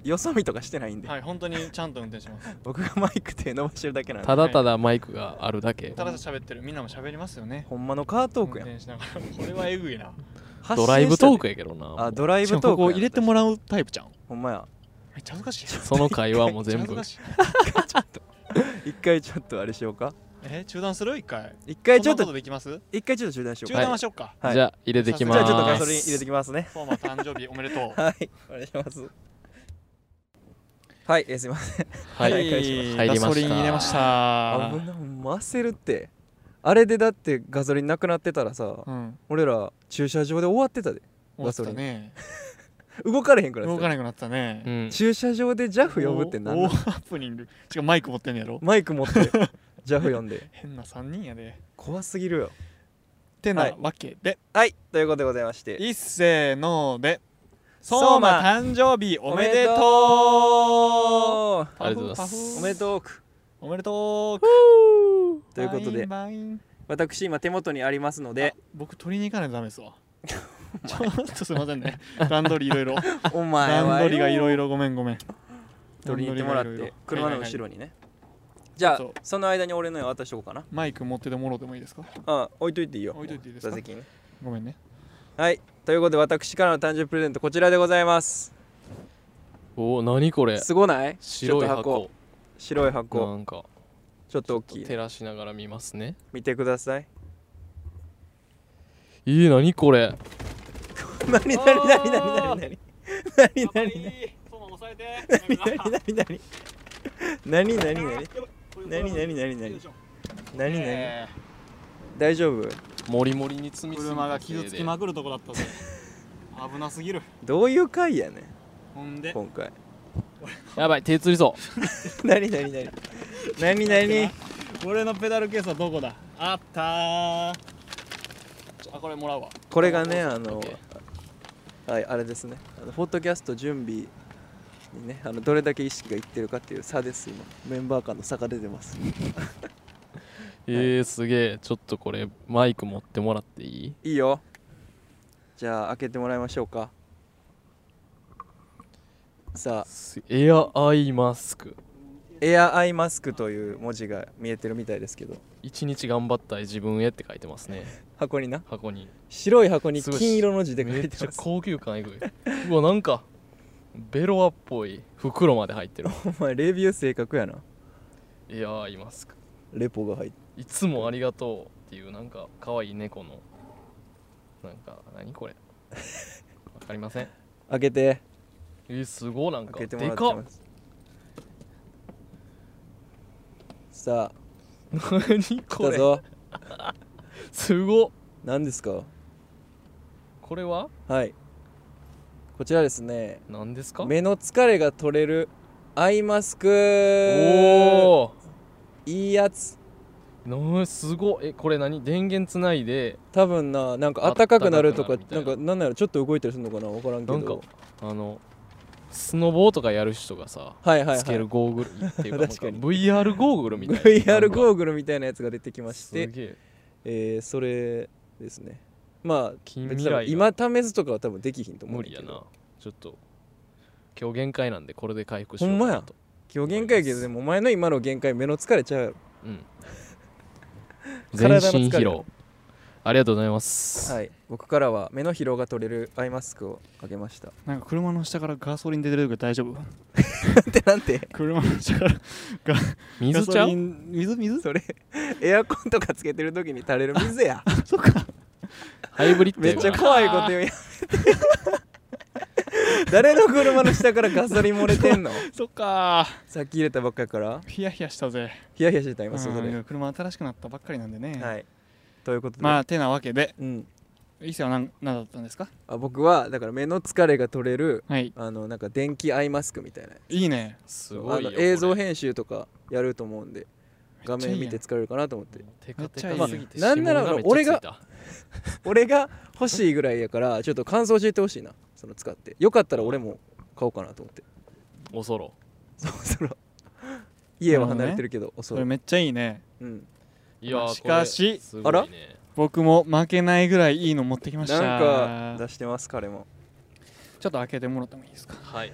Speaker 2: よそ見とかしてないんで、
Speaker 3: はい本当にちゃんと運転し ます
Speaker 2: 僕がマイク手伸ばしてるだけなんで
Speaker 1: ただただマイクがあるだけ、
Speaker 3: ただただ喋ってるみんなも喋りますよね
Speaker 2: ほんまのカートークやん
Speaker 3: 運転しながらこれはえぐいな
Speaker 1: ドライブトーク
Speaker 2: や
Speaker 1: やけどな
Speaker 2: あドライ
Speaker 3: し
Speaker 2: ブ
Speaker 3: かも
Speaker 2: トーク
Speaker 3: ここ入れてもらうタイプじゃん
Speaker 2: ほんまや
Speaker 3: めっちゃ恥ずかしい
Speaker 1: その会話も全部
Speaker 3: めっちゃ恥ずかしい
Speaker 2: 一回ちょっとあれしようか
Speaker 3: え中断する一回
Speaker 2: 一回ちょっ
Speaker 3: そんなことできます
Speaker 2: 一回ちょっと中断しよ
Speaker 3: 中
Speaker 2: うか
Speaker 3: 断はしよっか
Speaker 2: はい
Speaker 1: じゃあ入れてき
Speaker 2: じ
Speaker 1: ま
Speaker 2: ゃ
Speaker 1: ー
Speaker 2: あ
Speaker 1: す
Speaker 2: ちょっとガソリン入れてきますね
Speaker 3: フォーマー誕生日おめでとう
Speaker 2: はいお願いしますはいえーすいません
Speaker 1: はい、
Speaker 2: はい
Speaker 1: 入りました
Speaker 3: ガソリン入れました
Speaker 2: 危なほんま焦るってあれでだってガソリンなくなってたらさ
Speaker 3: うん
Speaker 2: 俺ら駐車場で終わってたで
Speaker 3: 終わったね
Speaker 2: 動かれへんくらい
Speaker 3: 動か
Speaker 2: さ
Speaker 3: なくなったね
Speaker 1: うん、
Speaker 2: 駐車場で JAF 呼ぶってなん
Speaker 3: お
Speaker 2: な
Speaker 3: お
Speaker 2: ん
Speaker 3: ハプニングしかもマイク持ってんのやろ
Speaker 2: マイク持 って JAF 呼んで
Speaker 3: 変な3人やで
Speaker 2: 怖すぎるよ
Speaker 3: て
Speaker 2: は
Speaker 3: ないわけで
Speaker 2: はいということでございまして
Speaker 3: いっせーので
Speaker 2: 相
Speaker 3: 相
Speaker 2: 馬
Speaker 3: 馬誕生日おめでと
Speaker 2: おー
Speaker 3: う
Speaker 1: ありがとうございます
Speaker 2: おめでとうく
Speaker 3: おめでとう
Speaker 2: ということで
Speaker 3: バインバイン
Speaker 2: 私今手元にありますの
Speaker 3: で
Speaker 2: で
Speaker 3: 僕取りに行かないとダメですわちょっとすいませんね段取りいろいろ
Speaker 2: お前
Speaker 3: 段
Speaker 2: は
Speaker 3: 取りがいろ
Speaker 2: よ
Speaker 3: いろごめんごめん
Speaker 2: 取りに行ってもらっ
Speaker 3: 段取り
Speaker 2: て
Speaker 3: がいろいろ
Speaker 2: 車の
Speaker 3: はいはいはい
Speaker 2: 後ろにねじゃあ
Speaker 3: ちょっと
Speaker 2: その間に俺の絵渡しとこうかな
Speaker 3: マイク持っててもろてもいいですか
Speaker 2: あ置いといていいよ
Speaker 3: 置いといていいですか
Speaker 2: 座席にね
Speaker 3: ごめんね
Speaker 2: はいということで私からの誕生日プレゼントこちらでございます
Speaker 1: おお何これ
Speaker 2: すごない
Speaker 1: 白い
Speaker 2: ちょっと
Speaker 1: 箱
Speaker 2: 白い箱
Speaker 1: なんか
Speaker 2: ちょっと大きい
Speaker 1: 照らしながら見ますね
Speaker 2: 見てください
Speaker 1: いい何これ
Speaker 2: 何何何何何何何何何
Speaker 3: 相馬抑えて
Speaker 2: 何何何何何何何何何何何何何大丈夫
Speaker 1: もりもりに積みすぎた
Speaker 3: 車が傷つきまくるとこだったぜ危なすぎる
Speaker 2: どういう回やねん
Speaker 3: ほんで
Speaker 2: 今回
Speaker 1: せいでやばい手つりそ
Speaker 2: 何何何何何
Speaker 3: 俺のペダルケースはどこだあったーちょあこれもらうわ
Speaker 2: これがねあの
Speaker 1: OK
Speaker 2: はいあれですねあのフォトキャスト準備にねあのどれだけ意識がいってるかっていう差です今メンバー間の差が出てます
Speaker 1: うえー、すげえちょっとこれマイク持ってもらっていい
Speaker 2: いいよじゃあ開けてもらいましょうかさあ
Speaker 1: すエアアイマスク
Speaker 2: エアアイマスクという文字が見えてるみたいですけど
Speaker 1: 一日頑張ったい自分へって書いてますね
Speaker 2: 箱にな
Speaker 1: 箱に
Speaker 2: 白い箱に
Speaker 1: すごい
Speaker 2: 金色の字で書
Speaker 1: めっ
Speaker 2: いて
Speaker 1: ちゃ
Speaker 2: ます
Speaker 1: 高級感えぐいうわなんかベロアっぽい袋まで入ってる
Speaker 2: お前レビュー正確やない
Speaker 1: やーいますか
Speaker 2: レポが入って
Speaker 1: いつもありがとうっていうなんか可愛い猫のなんか何こ れわかりません
Speaker 2: 開けて
Speaker 1: えー、すごいなんか
Speaker 2: 開けて
Speaker 1: で
Speaker 2: もらって
Speaker 1: かっ
Speaker 2: ますさあ
Speaker 1: 何こ
Speaker 2: 来た
Speaker 1: れ
Speaker 2: ぞ
Speaker 1: すごっ
Speaker 2: 何ですか
Speaker 1: これは
Speaker 2: はいこちらですね
Speaker 1: 何ですか
Speaker 2: 目の疲れが取れるアイマスク
Speaker 1: お
Speaker 2: いいやつ
Speaker 1: おなすごいえこれ何電源つないで
Speaker 2: 多分ななんか暖かくなるとか
Speaker 1: 暖かくなるみたい
Speaker 2: な
Speaker 1: なん
Speaker 2: かなんならちょっと動いたりするのかな分からんけ
Speaker 1: なん
Speaker 2: ど
Speaker 1: かあのスノボーとかやる人がさ
Speaker 2: はいはいはい
Speaker 1: つけるゴーグルっていうか
Speaker 2: 確かに
Speaker 1: もう VR ゴーグルみたいな
Speaker 2: VR
Speaker 1: ー
Speaker 2: ゴーグルみたいなやつが出てきまして
Speaker 1: すげえ
Speaker 2: えー、それですねまあ
Speaker 1: 近
Speaker 2: 別
Speaker 1: 未
Speaker 2: に多分
Speaker 1: 来
Speaker 2: 今試すとかは多分できひんと思う
Speaker 1: 無
Speaker 2: ねん
Speaker 1: 理
Speaker 2: けど
Speaker 1: やなちょっと今日限界なんでこれで回復し
Speaker 2: ほ
Speaker 1: よ
Speaker 2: ん
Speaker 1: う
Speaker 2: ま
Speaker 1: か
Speaker 2: や
Speaker 1: なと
Speaker 2: 今日限界やけどでもお前の今の限界目の疲れちゃうやろ
Speaker 1: うん、全
Speaker 2: 体の疲れ
Speaker 1: 身疲労ありがとうございます、
Speaker 2: はい僕からは目の疲労が取れるアイマスクをあげ ました
Speaker 3: なんか車の下からガソリン出てるけど大丈夫
Speaker 2: なんてなんて
Speaker 3: 車の下からガ
Speaker 1: 水
Speaker 3: ソ
Speaker 1: ちゃ
Speaker 3: リ
Speaker 1: う
Speaker 3: ン水水
Speaker 2: それ エアコンとかつけてる時に垂れる水や
Speaker 3: そっか
Speaker 1: ハイブリッド
Speaker 2: め
Speaker 1: や
Speaker 2: っ
Speaker 1: か
Speaker 2: ち
Speaker 1: ら
Speaker 2: ゃ怖いこと言う やめて誰の車の下からガソリン漏れてん の
Speaker 3: そっか
Speaker 2: さっき入れたばっかやから
Speaker 3: ヒヤヒヤしたぜ
Speaker 2: ヒヤヒヤしてた今それ
Speaker 3: うん車新しくなったばっかりなんでね、
Speaker 2: はいということで
Speaker 3: まあてなわけで
Speaker 2: うん
Speaker 3: 伊勢は何何だったんですか
Speaker 2: あ僕はだから目の疲れが取れる
Speaker 3: はい
Speaker 2: あのなんか電気アイマスクみたいな
Speaker 3: いいね
Speaker 1: すごいよ
Speaker 2: あの映像
Speaker 1: こ
Speaker 2: 編集とかやると思うんで画面見て疲れるかなと思って
Speaker 1: れテカテ
Speaker 3: めっちゃ
Speaker 1: カ
Speaker 3: いい
Speaker 1: す
Speaker 3: やん
Speaker 1: ぎて
Speaker 2: まあなんなら
Speaker 1: 指紋めっちゃついた
Speaker 2: 俺が欲しいぐらいやからちょっと感想教えてほしいなその使ってよかったら俺も買おうかなと思って
Speaker 1: おそろ
Speaker 2: そろそろ家は離れてるけどおそ
Speaker 3: そ
Speaker 2: ろ
Speaker 3: れめっちゃいいね
Speaker 2: うん
Speaker 1: いやー
Speaker 3: しかし
Speaker 1: これすごいね
Speaker 3: 僕も負けないぐらいいいの持ってきました
Speaker 2: なんか出してます彼も
Speaker 3: ちょっと開けてもらってもいいですか
Speaker 1: はい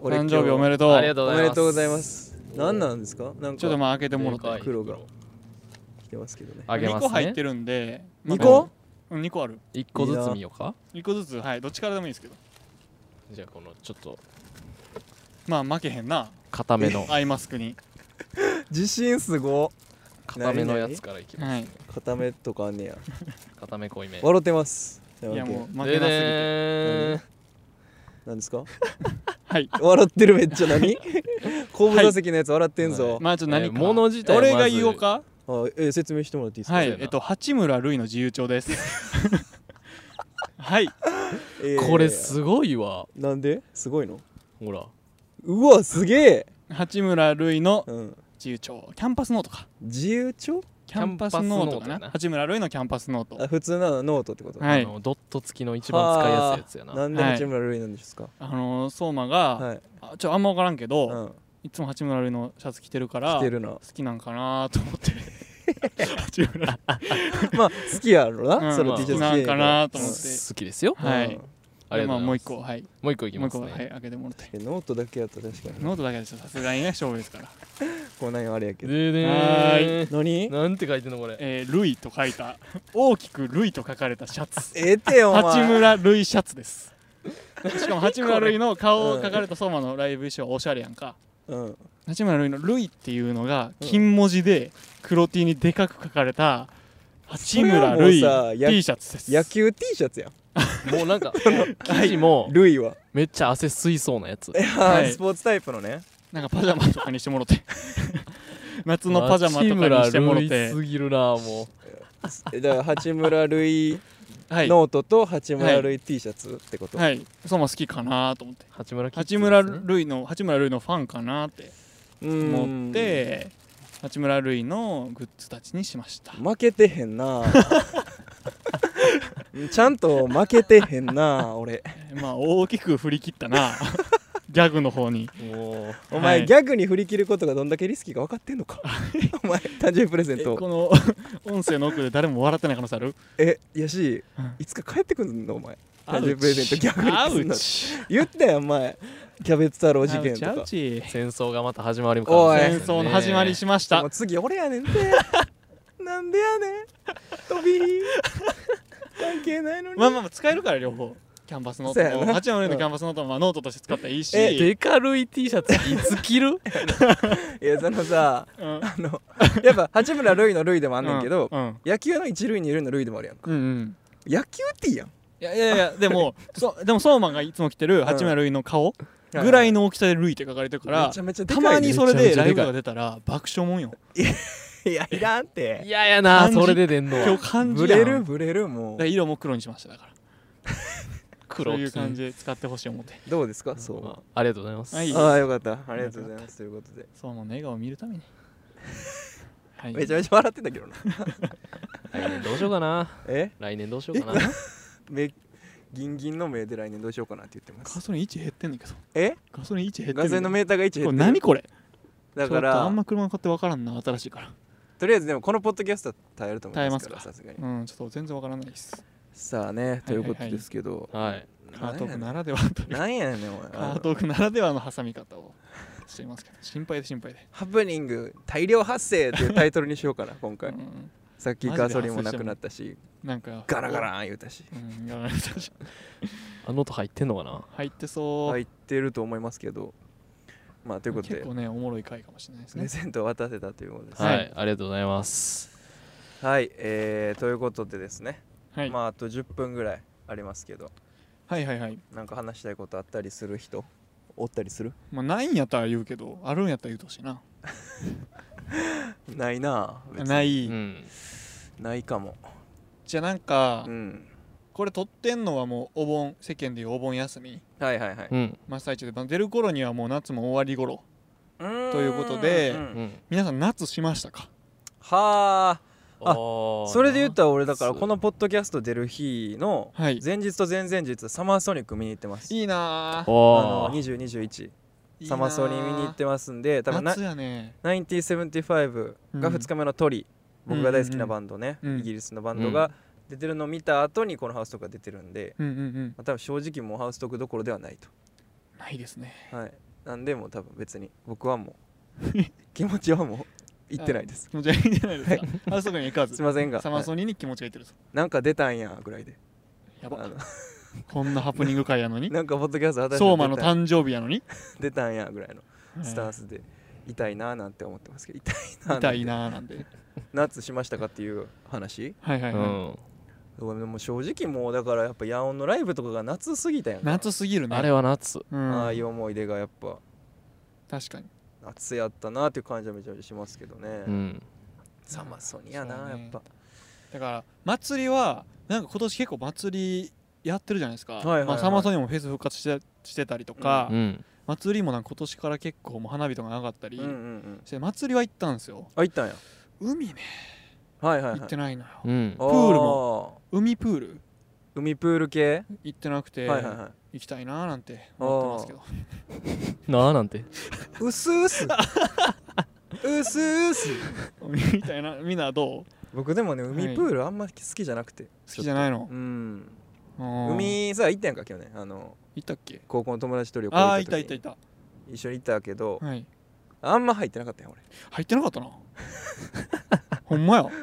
Speaker 2: 俺
Speaker 3: 誕生日おめ
Speaker 2: で
Speaker 3: でとう
Speaker 1: ありがとう
Speaker 2: お
Speaker 1: ございます
Speaker 2: めでとうございます何なんですかなんか
Speaker 3: ちょっとまあ開けてもらって
Speaker 1: でかい
Speaker 2: 黒が
Speaker 1: 袋
Speaker 2: 来てますけどね
Speaker 1: あげます
Speaker 3: 2個入って
Speaker 1: る
Speaker 3: るんで
Speaker 2: 二
Speaker 1: 個
Speaker 3: うん2個ある
Speaker 1: 1個ずつ見ようか
Speaker 3: 1個ずつはいどっちからでもいいですけど
Speaker 1: じゃあこのちょっと
Speaker 3: まあ負けへんな
Speaker 1: 固めの
Speaker 3: アイマスクに
Speaker 2: 自信すご
Speaker 1: 固めのやつからいきます
Speaker 3: はい
Speaker 2: 固めとかあんねや
Speaker 1: 固め濃いめ
Speaker 2: 笑ってますい
Speaker 3: いやもう
Speaker 1: で
Speaker 3: 負けな
Speaker 1: です
Speaker 3: ぎて
Speaker 1: ーん
Speaker 2: 何ですか
Speaker 3: はい
Speaker 2: 笑ってるめっちゃ何後部座席のやつ笑ってんぞ、
Speaker 3: まあちょっと何
Speaker 1: えー
Speaker 3: か
Speaker 1: 物自体
Speaker 3: 俺が
Speaker 1: まず
Speaker 3: 言おうか
Speaker 2: あえー説明してもらっていいですか、
Speaker 3: は
Speaker 1: そうや
Speaker 3: い
Speaker 1: な
Speaker 3: えっと八村塁の自由帳ですはい
Speaker 2: えー
Speaker 1: これすごいわ
Speaker 2: なんですごいの
Speaker 1: ほら
Speaker 2: うわすげえ、
Speaker 3: 八村塁の
Speaker 2: うん、
Speaker 3: 自由帳キャンパスノートか
Speaker 2: 自由帳
Speaker 3: キャンパスノート
Speaker 1: キャンパスノー
Speaker 3: か
Speaker 1: トや
Speaker 3: な
Speaker 1: な
Speaker 3: 八村塁のキャンパスノート
Speaker 2: あ普通なのノートってこと
Speaker 3: はい
Speaker 1: あのドット付きの一番使いやすいやつやな
Speaker 2: はあなんで
Speaker 3: はい
Speaker 2: 八村塁なんですか
Speaker 3: あのー相馬が
Speaker 2: はい、
Speaker 3: あちょあんま分からんけ
Speaker 2: う
Speaker 3: ど
Speaker 2: ん、
Speaker 3: いつも八村塁のシャツ着てるから
Speaker 2: 来て
Speaker 3: 好
Speaker 2: るな
Speaker 3: きなんかなと思って八村塁
Speaker 2: まあ好きやろな、
Speaker 3: うん
Speaker 2: その
Speaker 1: まあ
Speaker 2: T シャツ着て
Speaker 3: なんかなと思って
Speaker 1: 好きですよ
Speaker 2: うん
Speaker 3: はい
Speaker 2: うん
Speaker 1: ありがと
Speaker 3: まあ
Speaker 1: うございます
Speaker 3: もう一個はい
Speaker 1: もう一個いきま
Speaker 3: もう一
Speaker 1: す
Speaker 3: 個
Speaker 1: ね
Speaker 3: はい開けてもらって
Speaker 2: えノートだけやったら確かに
Speaker 3: ノートだけでしょさすがにね勝負ですから
Speaker 2: こうなんやあれやけ
Speaker 1: で
Speaker 2: ど
Speaker 1: で
Speaker 3: は
Speaker 1: ーん
Speaker 2: 何
Speaker 1: なんて書いてんのこれ
Speaker 3: えー、ルイと書いた大きくルイと書かれたシャツ
Speaker 2: ええってよお前
Speaker 3: 八村塁シャツ ですしかも八村塁の顔を書かれた相馬のライブ衣装はおしゃれやんか
Speaker 2: うん
Speaker 3: 八村塁の「ルイ」っていうのが
Speaker 2: うん
Speaker 3: 金文字で黒 T にでかく書かれた八村
Speaker 2: それはもう
Speaker 3: 塁
Speaker 2: さや
Speaker 3: T シャツです
Speaker 2: 野球 T シャツやん
Speaker 1: もうなん か生地も
Speaker 2: 塁は、
Speaker 1: めっちゃ汗吸いそうなやつ
Speaker 2: は
Speaker 3: は い
Speaker 2: スポーツタイプのね
Speaker 3: なんかパジャマとかにしても ろて夏のパジャマとかにしてもろ
Speaker 1: 八村
Speaker 3: て
Speaker 1: 塁すぎるなもう
Speaker 2: えだから八村塁
Speaker 3: はい、
Speaker 2: ノートと八村塁 T シャツってこと、
Speaker 3: はい、相馬好きかなと思って
Speaker 1: 八村キッズ
Speaker 3: 八村
Speaker 1: ですね
Speaker 3: 塁の八村塁のファンかなって
Speaker 2: うーん
Speaker 3: 思って八村塁のグッズたちにしました
Speaker 2: 負けてへんな ちゃんと負けてへんな俺
Speaker 3: まあ大きく振り切った なギャグの方に
Speaker 1: もう
Speaker 2: お前、
Speaker 3: はい
Speaker 2: ギャグに振り切ることがどんだけリスキーか分かってんの かお前誕生日プレゼン
Speaker 3: え
Speaker 2: ト
Speaker 3: この 音声の奥で誰も笑ってない可能性ある
Speaker 2: えやし
Speaker 3: うん
Speaker 2: いつか帰ってくんのお前
Speaker 3: ア
Speaker 2: 誕生日
Speaker 3: ウチ
Speaker 2: プレゼントギャグ
Speaker 3: ア
Speaker 2: にす
Speaker 3: ウ
Speaker 2: んの
Speaker 3: チ
Speaker 2: 言ったやん前キャベツ太郎事
Speaker 3: アウ
Speaker 2: 件
Speaker 3: チ
Speaker 2: と
Speaker 3: ア
Speaker 2: か
Speaker 3: ウチ
Speaker 1: 戦争がまた始まるか
Speaker 2: お
Speaker 1: も
Speaker 2: い
Speaker 1: しれ
Speaker 3: 戦争の始まりしまし
Speaker 2: も
Speaker 3: た
Speaker 2: う次俺やねん てなんでやねん飛び火関係ないのに、
Speaker 3: まあまあまあ使えるから両方キャンバスノート
Speaker 2: そう
Speaker 3: も
Speaker 2: やな
Speaker 3: 8の上のキャンバスノートもまあノートとして使っていいし、
Speaker 2: え
Speaker 1: デカルイ T シャツいつ着る
Speaker 2: いやそのさ
Speaker 3: うん、
Speaker 2: あのやっぱ八村塁の塁でもあんねんけど、
Speaker 3: うんうん
Speaker 2: 野球の一塁二塁の塁でもあるやんか
Speaker 3: うんうん
Speaker 2: 野球っていいやん
Speaker 3: いやいやいやでもそ でもソーマンがいつも着てる八村塁の顔ぐらいの大きさで塁って書かれてるから
Speaker 2: めちゃめちゃで
Speaker 3: た
Speaker 2: か
Speaker 3: ま
Speaker 2: いね
Speaker 3: にそれでライブが出たら爆笑もんよ
Speaker 2: いやいらんて
Speaker 1: 嫌ややな
Speaker 3: 感じ
Speaker 1: それで出んの
Speaker 3: 今
Speaker 1: は
Speaker 3: 日感じ
Speaker 2: ブ
Speaker 3: やん
Speaker 2: レるブレるも
Speaker 3: だ
Speaker 2: う
Speaker 3: から色も黒にしました だから
Speaker 1: 黒
Speaker 3: そういう
Speaker 1: 着
Speaker 3: 感じで使ってほしい思って
Speaker 2: どうですかそ
Speaker 1: ま
Speaker 2: う
Speaker 1: あありがとうございます、
Speaker 3: はい
Speaker 2: ああよかったありがとうございますということで
Speaker 3: そうもんの笑顔を見るためにはい
Speaker 2: めちゃめちゃ笑ってたけどな
Speaker 1: 来年どうしようかな
Speaker 2: え
Speaker 1: 来年どうしようかな
Speaker 2: 目ギンギンの目で来年どうしようかなって言ってま
Speaker 3: ガ
Speaker 2: す
Speaker 3: ソリン1減ってんねんけど
Speaker 2: え
Speaker 3: ガソリン1減ってんねんけど
Speaker 2: ガソリンのメーターが1減
Speaker 3: これ
Speaker 2: って
Speaker 3: 何
Speaker 2: る
Speaker 3: これ
Speaker 2: だか
Speaker 3: ちょっとあ
Speaker 2: ら
Speaker 3: んま車買って分からんな新しいから
Speaker 2: とりあえずでもこのポッドキャストは耐えると思いますから
Speaker 3: 耐えます
Speaker 2: さ
Speaker 3: か
Speaker 2: すがに
Speaker 3: うんちょっと全然分からないです
Speaker 2: さあねということですけど
Speaker 1: はい
Speaker 3: カートーク
Speaker 2: なんやねん
Speaker 3: ならではという
Speaker 2: なんやねん お前
Speaker 3: カートークならではの挟み方をしていますけど心配で心配で、
Speaker 2: ハプニング大量発生っていうタイトルにしよう かな今
Speaker 3: う
Speaker 2: 回
Speaker 3: ん、
Speaker 2: さっきガソリンもなくなったし
Speaker 3: なんか
Speaker 2: ガラガラーン言うたし
Speaker 3: うんガラガラ だし
Speaker 1: あの音入ってんのかな
Speaker 3: 入ってそう、
Speaker 2: 入ってると思いますけどまあということで
Speaker 3: 結構ねおもろい回かもしれないです
Speaker 2: プ
Speaker 3: ね
Speaker 2: レゼントを渡せたということです
Speaker 1: は、
Speaker 3: はいい
Speaker 1: ありがとうございます
Speaker 2: はいえーということでですね
Speaker 3: はい、
Speaker 2: まああと10分ぐらいありますけど
Speaker 3: はいはいはい
Speaker 2: なんか話したいことあったりする人おったりする
Speaker 3: まあないんやったら言うけどあるんやったら言うとほしいな
Speaker 2: ないなあ別に
Speaker 3: ない、
Speaker 1: うん
Speaker 2: ないかも
Speaker 3: じゃあなんか、
Speaker 2: うん
Speaker 3: これ撮ってんのはもうお盆世間でいうお盆休み
Speaker 2: はいはいはい
Speaker 1: うん
Speaker 3: 真っ最中でまあ出る頃にはもう夏も終わり頃
Speaker 2: と
Speaker 3: ということで
Speaker 1: うん
Speaker 3: 皆さん夏しましたか
Speaker 2: はああ
Speaker 1: ー
Speaker 2: それで言ったら俺だから
Speaker 1: そう
Speaker 2: このポッドキャスト出る日の
Speaker 3: はい
Speaker 2: 前日と前々日サマーソニック見に行ってます
Speaker 3: いいな
Speaker 1: お
Speaker 3: あ
Speaker 2: あの
Speaker 1: ー
Speaker 2: 2021
Speaker 3: いいなあ
Speaker 2: サマソニ見に行ってますんで多分な
Speaker 3: 夏やね
Speaker 2: 1975が2日目のトリ、僕が大好きなバンドね、
Speaker 3: うん
Speaker 2: イギリスのバンドが出てるのを見た後にこのハウストが出てるんで、
Speaker 3: うんうんうん
Speaker 2: まあ、多分正直もうハウストクどころではない
Speaker 3: ないですね
Speaker 2: と、はい、なんでもう多分別に僕はも う気持ちはもう行ってないです
Speaker 3: 気持ち悪いんじゃないですか あそこに行かず
Speaker 2: すいませんが、
Speaker 3: サマソニに気持ちがいってるぞ
Speaker 2: はいなんか出たんやぐらいで
Speaker 3: や
Speaker 2: あ
Speaker 3: ば
Speaker 2: の
Speaker 3: こんなハプニング会やのに
Speaker 2: なんかポッドキャスト 私
Speaker 3: 相馬の
Speaker 2: 出たん
Speaker 3: 誕生日やのに
Speaker 2: 出たんやぐらいのスタン
Speaker 3: ス
Speaker 2: スで痛いなーなんて思ってますけど痛いなー
Speaker 3: み
Speaker 2: んて
Speaker 3: たいなあなんで
Speaker 2: 夏しましたかっていう話
Speaker 3: はいはいうは
Speaker 1: ん
Speaker 2: 俺もう正直もうだからやっぱ野音のライブとかが夏すぎたやん
Speaker 3: い
Speaker 2: か
Speaker 3: 夏すぎるね
Speaker 1: あれは夏
Speaker 3: うん
Speaker 2: ああいう思い出がやっぱ
Speaker 3: 確かに
Speaker 2: 夏やったなっていう感じはめちゃめちゃしますけどね、
Speaker 1: うん
Speaker 2: サマソニやな、
Speaker 3: そうね
Speaker 2: やっ
Speaker 3: だから祭りはなんか今年結構祭りやってるじゃないですか、
Speaker 2: いはいはい
Speaker 3: まあ、サマソニもフェス復活してしてたりとか、
Speaker 1: うん
Speaker 3: 祭りもなんか今年から結構もう花火とか上がった
Speaker 2: ぱ
Speaker 3: り
Speaker 2: うんうんうん
Speaker 3: して、祭りは行ったんですよ
Speaker 2: あ行ったんや
Speaker 3: 海ね
Speaker 2: はいはいはい
Speaker 3: 行ってないのよ、
Speaker 1: うん
Speaker 2: プ
Speaker 3: ールも海プール
Speaker 2: 海プール系、
Speaker 3: 行ってなくて、
Speaker 2: はいはいはい
Speaker 3: 行きたいなーなんて思ってますけど
Speaker 1: なあなんて
Speaker 2: うすうすうすうす
Speaker 3: みたいなみんなどう
Speaker 2: 僕でもね
Speaker 3: い
Speaker 2: 海プールあんま好きじゃなくて、
Speaker 3: 好きじゃないの
Speaker 2: うん
Speaker 3: うん
Speaker 2: 海さ行ったやんか去年あの
Speaker 3: 行ったっけ
Speaker 2: 高校の友達と旅行
Speaker 3: あ
Speaker 2: 行
Speaker 3: あ
Speaker 2: っ
Speaker 3: い
Speaker 2: た
Speaker 3: た
Speaker 2: 時
Speaker 3: いたいた
Speaker 2: 一緒に行ったけど、
Speaker 3: はい
Speaker 2: あんま入ってなかったよ
Speaker 3: 入ってなかっ たなほんまや
Speaker 2: 俺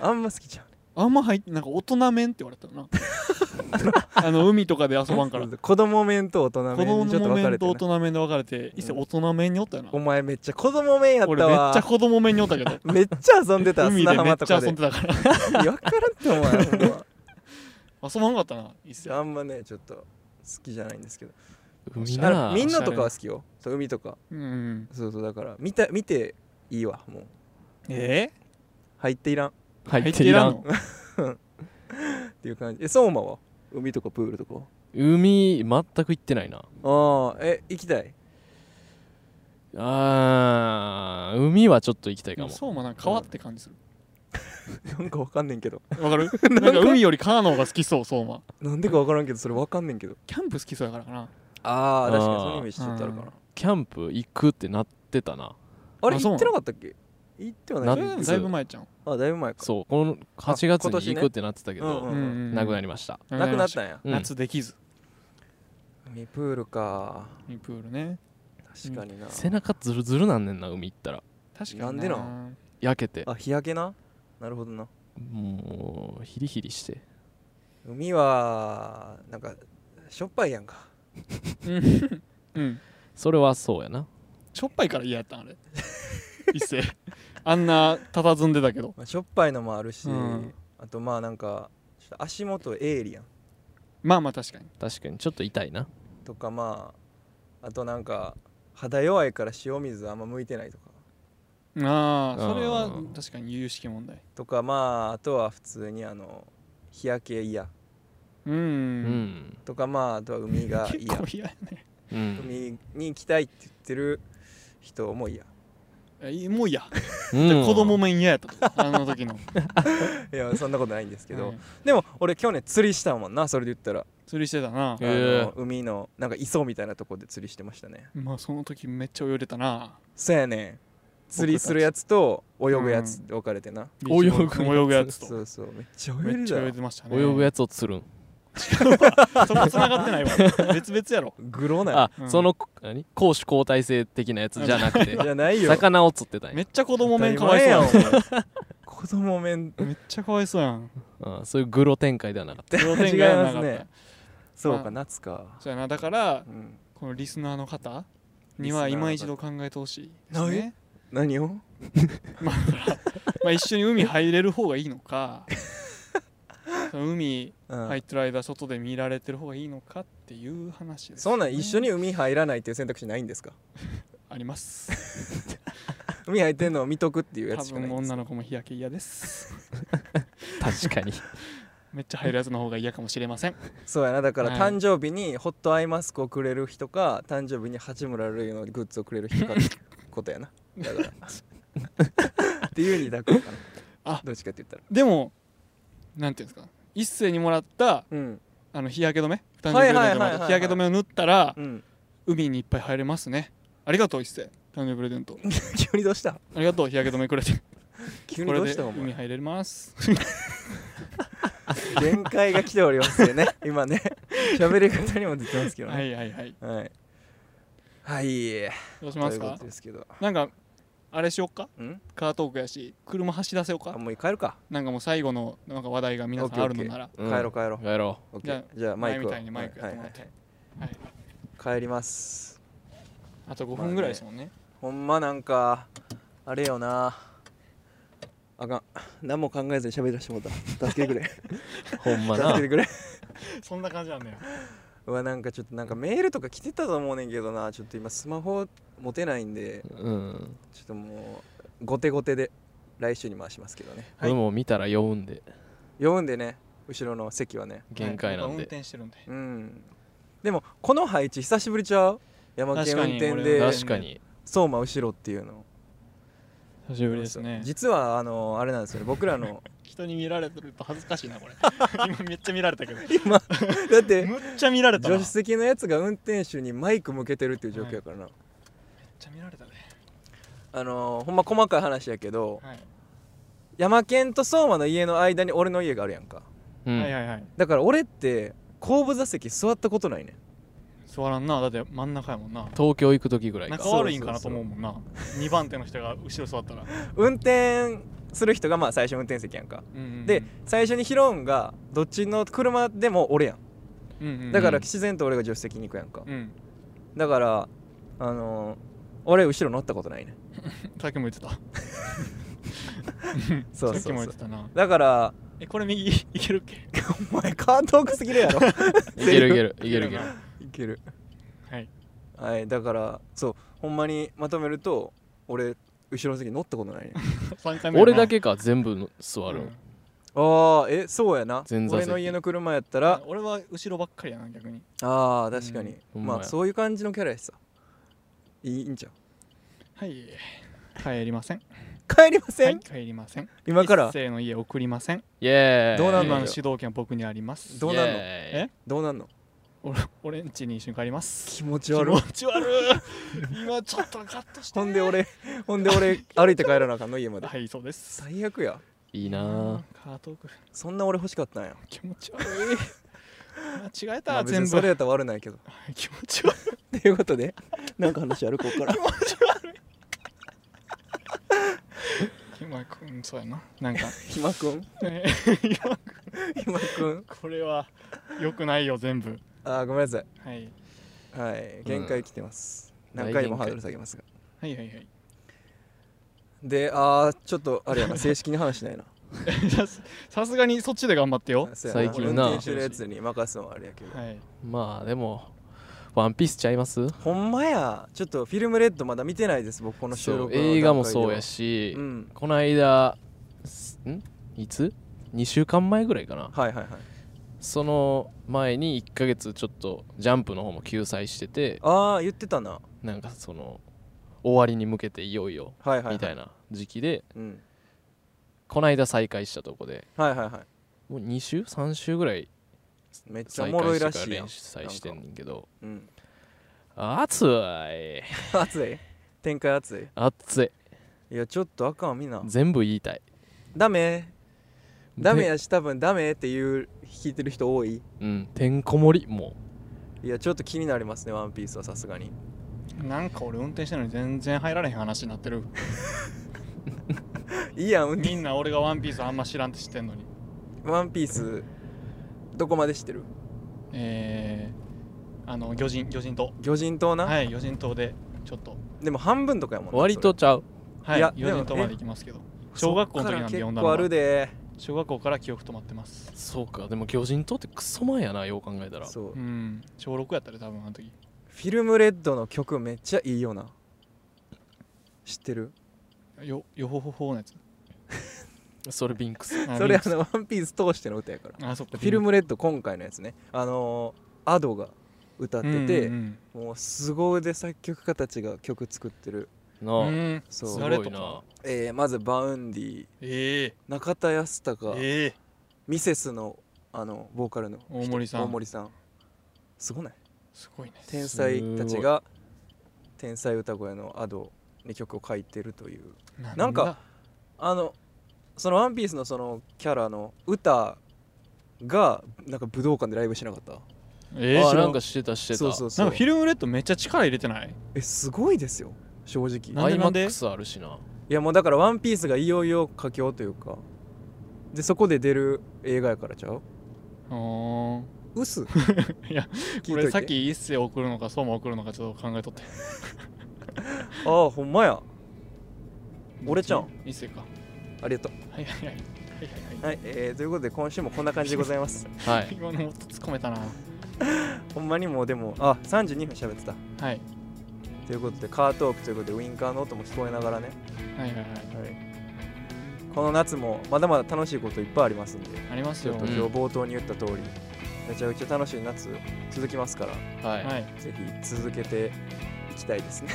Speaker 2: あんま好きじゃん
Speaker 3: あんま入ってなんか大人面って言われたよ なあの海とかで遊ばんから
Speaker 2: 子供面と大人面
Speaker 3: 子供
Speaker 2: にちょっと分かれて
Speaker 3: 面と
Speaker 2: な
Speaker 3: 大人面で分かれて一世大人面におったよな、
Speaker 2: お前めっちゃ子供面やった
Speaker 3: 俺めっ
Speaker 2: わ
Speaker 3: ちゃ子供面におった けど
Speaker 2: めっちゃ遊んでた
Speaker 3: 海
Speaker 2: 砂
Speaker 3: でめっ
Speaker 2: 浜と
Speaker 3: ちゃ
Speaker 2: かで
Speaker 3: 遊んでたから
Speaker 2: いや分からんってお前ほんま
Speaker 3: 遊ばんかったな一世
Speaker 2: あんまねちょっと好きじゃないんですけど
Speaker 1: 海
Speaker 2: あ
Speaker 1: な
Speaker 2: の
Speaker 1: あ
Speaker 2: みんなとかは好きよそう海とか
Speaker 3: うん
Speaker 2: そうそうだから見た見ていいわもう
Speaker 3: え
Speaker 2: 入っていらんっ
Speaker 3: ー、
Speaker 1: 入っていらん
Speaker 3: 入っていらんの
Speaker 2: ていう感じえ相馬は海とかプールとか
Speaker 1: 海全く行ってないな
Speaker 2: ああえ行きたい
Speaker 1: あー海はちょっと行きたい
Speaker 3: で
Speaker 1: か
Speaker 3: も
Speaker 1: も
Speaker 3: そうまなんか川って感じする
Speaker 2: なんか分かんねんけど
Speaker 3: わかるなんか海より川の方が好きそうそうま
Speaker 2: なんでか分からんけどそれ分かんねんけど
Speaker 3: キャンプ好きそうやからかな
Speaker 2: ああ確かに
Speaker 1: あー
Speaker 2: そのイメージちょっとあるかな
Speaker 1: キャンプ行くってなってたな
Speaker 2: あれ
Speaker 3: あそ
Speaker 2: 行
Speaker 3: うなの
Speaker 2: ってなかったっけ行っては
Speaker 1: な
Speaker 2: な
Speaker 3: そ
Speaker 2: い
Speaker 3: れでもだいぶ前ちゃん
Speaker 2: あだいぶ前か
Speaker 1: そうこの8月
Speaker 2: 今年
Speaker 1: に
Speaker 2: ね
Speaker 1: 行くってなってたけど、
Speaker 2: うん
Speaker 3: ん
Speaker 1: なくな
Speaker 3: り
Speaker 1: りました、
Speaker 2: なくなった
Speaker 3: ん
Speaker 2: んや
Speaker 1: うん
Speaker 3: 夏できず
Speaker 2: 海プールか
Speaker 3: 海プールね
Speaker 2: 確かにな
Speaker 1: 背中ズルズルなんねんな海行ったら
Speaker 3: 確かに
Speaker 2: なんでな
Speaker 1: 焼けて
Speaker 2: あ日焼けななるほどな
Speaker 1: もうヒリヒリして
Speaker 2: 海はなんかしょっぱいやんか
Speaker 3: うんうん
Speaker 1: それはそうやな
Speaker 3: しょっぱいから嫌やったんあれ 一斉あんな佇んでたけど
Speaker 2: まあ、しょっぱいのもあるし、
Speaker 3: うん
Speaker 2: あとまあなんかちょっと足元エイリアン
Speaker 3: まあまあ確かに
Speaker 1: 確かにちょっと痛いな
Speaker 2: とかまああとなんか肌弱いから塩水あんま向いてないとか
Speaker 3: ああ
Speaker 1: あー
Speaker 3: それは確かに有識問題
Speaker 2: とかまああとは普通にあの日焼け嫌
Speaker 3: うん、
Speaker 1: うん
Speaker 2: とかまああとは海が
Speaker 3: 結
Speaker 2: 嫌
Speaker 3: 構嫌やね
Speaker 1: うん
Speaker 2: 海に行きたいって言ってる人も嫌
Speaker 3: えいもう嫌
Speaker 1: うん
Speaker 3: 子供面嫌やったあの時の
Speaker 2: いやそんなことないんですけど、
Speaker 3: はい
Speaker 2: でも俺去年釣りしたもんなそれで言ったら、
Speaker 3: 釣りしてたな
Speaker 1: へえ
Speaker 2: あの海のなんか磯みたいなとこで釣りしてましたね
Speaker 3: まあその時めっちゃ泳いでたな
Speaker 2: そやねん釣りするやつと泳ぐやつって分かれてな、
Speaker 3: ビーチボール
Speaker 1: 泳ぐやつ
Speaker 3: 泳ぐやつ
Speaker 2: そ
Speaker 3: と
Speaker 2: うそうめっちゃ泳い
Speaker 3: めっ
Speaker 2: で
Speaker 3: ち
Speaker 2: た
Speaker 3: ゃ泳い
Speaker 2: よ
Speaker 3: でましたね
Speaker 1: 泳ぐやつを釣るん
Speaker 3: つそこ繋がってないわ別々やろ
Speaker 2: グロな
Speaker 1: あ、
Speaker 3: うん
Speaker 1: その何攻守交代制的なやつじゃなくて
Speaker 2: じゃ ないよ
Speaker 1: 魚を釣ってたん
Speaker 3: め
Speaker 1: や、
Speaker 3: っちゃ子供面かわいそうや
Speaker 2: 当たり前やんお前 子供面
Speaker 3: んめっちゃかわいそうやん
Speaker 1: うん、そういうグロ展開ではなかっ
Speaker 3: 商店街はな
Speaker 2: 違いま
Speaker 3: かっ
Speaker 2: す
Speaker 3: た
Speaker 2: ねそう
Speaker 3: まあ
Speaker 2: か夏か
Speaker 3: そうやなだから
Speaker 2: うん
Speaker 3: このリスナーの方には今一度考えてほしいですね
Speaker 2: 何を
Speaker 3: まあだからまあ一緒に海入れる方がいいのかその海
Speaker 2: うん
Speaker 3: 入ってる間外で見られてる方がいいのかっていう話ですね、
Speaker 2: そんなん一緒に海入らないっていう選択肢ないんですか
Speaker 3: あります
Speaker 2: 海入ってんのを見とくっていうや
Speaker 3: 多
Speaker 2: つしかない
Speaker 3: 分
Speaker 2: んです
Speaker 3: 女の子も日焼け嫌です
Speaker 1: た確かに
Speaker 3: めっちゃ入るやつの方が嫌かもしれません
Speaker 2: そうやなだから
Speaker 3: はい
Speaker 2: 誕生日にホットアイマスクをくれる人か誕生日に八村塁のグッズをくれる人か ってことやなだからっていうに抱くかな
Speaker 3: あ
Speaker 2: どっちかって言ったら
Speaker 3: でもなんていうんですか一斉にもらった
Speaker 2: うん
Speaker 3: あの日焼け止め誕生
Speaker 2: は
Speaker 3: 日
Speaker 2: い
Speaker 3: プレゼント
Speaker 2: はいはい
Speaker 3: でも
Speaker 2: はいはい
Speaker 3: らった日焼け止めを塗ったら
Speaker 2: うん
Speaker 3: 海にいっぱい入れますねありがとう一斉誕生日プレゼント
Speaker 2: 急にどうした
Speaker 3: ありがとう日焼け止めくれて
Speaker 2: 急に
Speaker 3: こ
Speaker 2: ど
Speaker 3: れ
Speaker 2: うし
Speaker 3: で
Speaker 2: たお
Speaker 3: 海
Speaker 2: 前
Speaker 3: 入れます
Speaker 2: 限界が来ておりますよね 今ね喋り方にも出てますけど
Speaker 3: は
Speaker 2: ね
Speaker 3: いはいはい
Speaker 2: はいはい
Speaker 3: どうし
Speaker 2: と
Speaker 3: ま
Speaker 2: い
Speaker 3: す
Speaker 2: うこ
Speaker 3: か
Speaker 2: とですけど
Speaker 3: なんかあれしよっか
Speaker 2: うん
Speaker 3: カートークやし車走らせよう
Speaker 2: あ
Speaker 3: か
Speaker 2: もう帰るか
Speaker 3: なんかもう最後のなんか話題が皆さんあるのなら
Speaker 2: 帰ろう帰ろう
Speaker 1: やろ
Speaker 2: オッケ
Speaker 3: じゃ
Speaker 2: ー
Speaker 3: あ
Speaker 2: じゃあマイクを
Speaker 3: 前みたいにマイクや
Speaker 2: は
Speaker 3: っ
Speaker 2: い
Speaker 3: て
Speaker 2: はい
Speaker 3: もら
Speaker 2: は
Speaker 3: って
Speaker 2: い帰ります
Speaker 3: あと5分ぐらいですもんね
Speaker 2: ほんまなんかあれよなあかん何も考えずに喋らしてもらった助けてく れ
Speaker 1: うほんま
Speaker 2: 助
Speaker 1: な
Speaker 2: けてくれ
Speaker 3: そんな感じなんだよ
Speaker 2: うわなんかちょっとなんかメールとか来てたと思うねんけどなちょっと今スマホ持てないんで
Speaker 1: うん
Speaker 2: ちょっともう後手後手で来週に回しますけどね
Speaker 3: はい
Speaker 1: 俺も見たら酔うんで
Speaker 2: 呼ぶんでね後ろの席はね
Speaker 1: 限界なん
Speaker 3: 運
Speaker 1: で、
Speaker 3: 転してるんで
Speaker 2: うんでもこの配置久しぶりちゃう山県
Speaker 3: 確
Speaker 2: 運
Speaker 3: かに
Speaker 2: 転
Speaker 3: 俺
Speaker 2: で
Speaker 3: は
Speaker 1: 確かに
Speaker 2: 相馬後ろっていうの
Speaker 3: 久しぶりですね
Speaker 2: 実はあのあれなんですよね僕ら の
Speaker 3: 人に見られてると恥ずかしいなこれ 今めっちゃ見られたけど
Speaker 2: 今だって
Speaker 3: むっちゃ見られたな
Speaker 2: 助手席
Speaker 3: めっ
Speaker 2: のやつが運転手にマイク向けてるっていう状況やからな、
Speaker 3: ちゃ見られたね
Speaker 2: あのーほんま細かい話やけど
Speaker 3: はい
Speaker 2: 山県と相馬の家の間に俺の家があるやんか
Speaker 1: うん、
Speaker 3: はいはいはい
Speaker 2: だから俺って後部座席座ったことないねん
Speaker 3: 座らんなだって真ん中やもんな
Speaker 1: 東京行く時ぐらいか
Speaker 3: 仲悪いんかなと思うもんな2番手の人が後ろ座ったら
Speaker 2: 運転する人がまあ最初運転席やんか
Speaker 3: うんうんうん
Speaker 2: で最初に拾うんがどっちの車でも俺やん
Speaker 3: うんうんうん
Speaker 2: だから自然と俺が助手席に行くやんか、
Speaker 3: うん
Speaker 2: だからあのー俺後ろ乗ったことないね
Speaker 3: さっきも言ってた
Speaker 2: そうそうそう
Speaker 3: さっきも言ってたな
Speaker 2: だから
Speaker 3: えこれ右いけるっけ
Speaker 2: お前カートークすぎるやろ
Speaker 1: いけるいけるいけるいける
Speaker 3: ない
Speaker 2: ける
Speaker 3: はい
Speaker 2: はいだからそうほんまにまとめると俺後ろの席乗ったことないね
Speaker 3: 3回目やな
Speaker 1: 俺だけか全部の座る、
Speaker 3: うん
Speaker 2: ああえそうやな
Speaker 1: 前座席
Speaker 2: 俺の家の車やったら
Speaker 3: 俺は後ろばっかりやな逆に
Speaker 2: ああ確かに、
Speaker 1: うんほんま
Speaker 2: まあ
Speaker 1: や
Speaker 2: そういう感じのキャラやしさいいいいんちゃう
Speaker 3: はい帰りません
Speaker 2: 帰りませ
Speaker 3: は
Speaker 2: ん、
Speaker 3: い帰りません
Speaker 2: 今から
Speaker 3: 一斉の家送りません
Speaker 1: イエーイ
Speaker 2: どうなん
Speaker 3: 今
Speaker 2: の
Speaker 3: の主導権は僕にあります
Speaker 2: どうなんの
Speaker 1: イエ
Speaker 2: どうなんの
Speaker 3: 俺俺んちに一緒に帰ります
Speaker 2: 気持ち
Speaker 3: 気
Speaker 2: 悪い
Speaker 3: 持ち悪い今ちょっとカットして
Speaker 2: ほんで俺ほんで俺歩いて帰らなあかんの家まで
Speaker 3: はいそうです
Speaker 2: 最悪や
Speaker 1: ーイいいな
Speaker 3: カートーク
Speaker 2: そんな俺欲しかったんや
Speaker 3: 気持ち悪い間違え
Speaker 2: ま
Speaker 3: た
Speaker 2: あ別
Speaker 3: 全
Speaker 2: に
Speaker 3: 部
Speaker 2: それやったら悪ないけど
Speaker 3: 気持ち悪い
Speaker 2: ということでなんか話あるこっから
Speaker 3: 今うんそうやななんか
Speaker 2: ひまくん
Speaker 3: えー今
Speaker 2: ひまくん
Speaker 3: これは良くないよ全部
Speaker 2: あーごめんなさい
Speaker 3: はい
Speaker 2: はい限界来てます、
Speaker 1: うん
Speaker 2: 何回もハ
Speaker 1: 大限界
Speaker 2: ードル下げますが
Speaker 3: はいはいはい
Speaker 2: であーちょっとあれやな正式に話しないな
Speaker 3: さすさすがにそっちで頑張ってよ
Speaker 2: そうや
Speaker 1: 最近な
Speaker 2: 運転手のやつに任すのはあれやけど、
Speaker 3: はい
Speaker 1: まあでもワンピースちゃいます
Speaker 2: ほんまやちょっとフィルムレッドまだ見てないです僕この収
Speaker 1: そう
Speaker 2: 録の段階で
Speaker 1: 映
Speaker 2: は
Speaker 1: 画もそうやし、
Speaker 2: うん
Speaker 1: この間すんいつ2週間前ぐらいかな
Speaker 2: はいはいはい
Speaker 1: その前に1ヶ月ちょっとジャンプの方も救済してて
Speaker 2: ああ言ってたなは
Speaker 1: なんかその終わりに向けていよいよ
Speaker 2: いはい、はい、
Speaker 1: みたいな時期で
Speaker 2: うん
Speaker 1: この間再開したとこで
Speaker 2: はいはいは
Speaker 1: もう2週3週ぐらい
Speaker 2: いめっちゃお
Speaker 1: 再
Speaker 2: もろ
Speaker 1: 開
Speaker 2: い
Speaker 1: して
Speaker 2: ら
Speaker 1: から
Speaker 2: しいやん
Speaker 1: 連載してんねんけど
Speaker 2: うん
Speaker 1: 熱い
Speaker 2: 熱い展開熱い
Speaker 1: 熱い
Speaker 2: いやちょっとあかんみんな
Speaker 1: 全部言いたい
Speaker 2: ダメダメ
Speaker 1: て
Speaker 2: やし多分ダメっていう聞いてる人多い
Speaker 1: うんてんこ盛りも
Speaker 2: いやちょっと気になりますねワンピースはさすがに
Speaker 3: なんか俺運転してるのに全然入られへん話に なってる
Speaker 2: いいやん運転
Speaker 3: みんな俺がワンピースあんま知らんって知ってんのに
Speaker 2: ワンピースどこまで知ってる
Speaker 3: えー、あの魚人魚人島
Speaker 2: 魚人島な、
Speaker 3: はい魚人島でちょっと
Speaker 2: でも半分とかやもん
Speaker 1: う
Speaker 2: な
Speaker 1: 割とちゃう
Speaker 3: はい
Speaker 2: いや
Speaker 3: 魚人島
Speaker 2: でも
Speaker 3: まで行きますけど小学校の時なんで
Speaker 2: そ
Speaker 3: 呼
Speaker 2: っ
Speaker 3: ん
Speaker 2: か
Speaker 3: だ
Speaker 2: ら結構あ
Speaker 3: の
Speaker 2: る
Speaker 3: が
Speaker 2: で
Speaker 3: 小学校から記憶止まってます
Speaker 1: そうかでも魚人島ってクソ前やなよう考えたら
Speaker 2: そう
Speaker 3: うん小6やったで多分あの時
Speaker 2: フィルムレッドの曲めっちゃいいよな知ってる
Speaker 3: よよほほほのやつ
Speaker 1: それビンク ス
Speaker 3: あ
Speaker 2: それ
Speaker 3: ミ
Speaker 2: あの「ワンピース通しての歌やから
Speaker 3: ンあそっか
Speaker 2: フィルムレッド今回のやつねあのーアドが歌ってて、
Speaker 3: うん
Speaker 2: もうすご腕作曲家たちが曲作ってる
Speaker 3: うんう
Speaker 1: なんあ
Speaker 3: うん
Speaker 2: そう
Speaker 1: す
Speaker 3: 誰
Speaker 1: ご
Speaker 3: と
Speaker 1: い
Speaker 3: か
Speaker 1: な
Speaker 2: えーまずバウンディ
Speaker 3: え
Speaker 2: 中田康
Speaker 3: え
Speaker 2: 隆、
Speaker 3: ええ
Speaker 2: ミセスのあのボーカルの
Speaker 3: 大森さん
Speaker 2: 大森さんすごない
Speaker 3: すごいね
Speaker 2: 天才たちが天才歌声のアドに曲を書いてるというなんかあのその「ワンピースのそのキャラの歌がなんか武道館でライブしなかった
Speaker 3: ええ
Speaker 1: あ
Speaker 3: 知ら
Speaker 1: なんん
Speaker 3: か
Speaker 1: かしてたしてた
Speaker 2: そうそう
Speaker 3: なん
Speaker 2: そう
Speaker 3: かフィルムレッドめっちゃ力入れてない
Speaker 2: えすごいですよ正
Speaker 3: な
Speaker 2: 直
Speaker 3: んでなんで
Speaker 1: IMAX あるしない
Speaker 2: やもうだから「ワンピースがいよいよ佳境というかでそこで出る映画やからちゃう
Speaker 3: うーん
Speaker 2: うす
Speaker 3: いや
Speaker 2: 聞い
Speaker 3: こと
Speaker 2: い
Speaker 3: れ
Speaker 2: て
Speaker 3: さっき一世送るのかそうも送るのかちょっと考えとって
Speaker 2: ああほんまや俺ちゃん
Speaker 3: 一世か
Speaker 2: ありがと
Speaker 3: はいはいはいはいはいう
Speaker 2: はい、えーということで今週もこんな感じでございます
Speaker 1: はい
Speaker 3: 今のもっと突っ込めたな
Speaker 2: ほんまにもうでもあ32分喋ってた
Speaker 3: はい
Speaker 2: ということでカートークということでウインカーの音も聞こえながらね、
Speaker 3: はいはいはい
Speaker 2: この夏もまだまだ楽しいこといっぱいありますんで
Speaker 3: あります
Speaker 2: ちょ
Speaker 3: よ
Speaker 2: っ
Speaker 3: は
Speaker 1: う
Speaker 2: と
Speaker 1: ん
Speaker 2: 今日冒頭に言った通り、めちゃめちゃ楽しい夏続きますから
Speaker 1: はい
Speaker 3: い
Speaker 2: ぜひ続けていきたいですね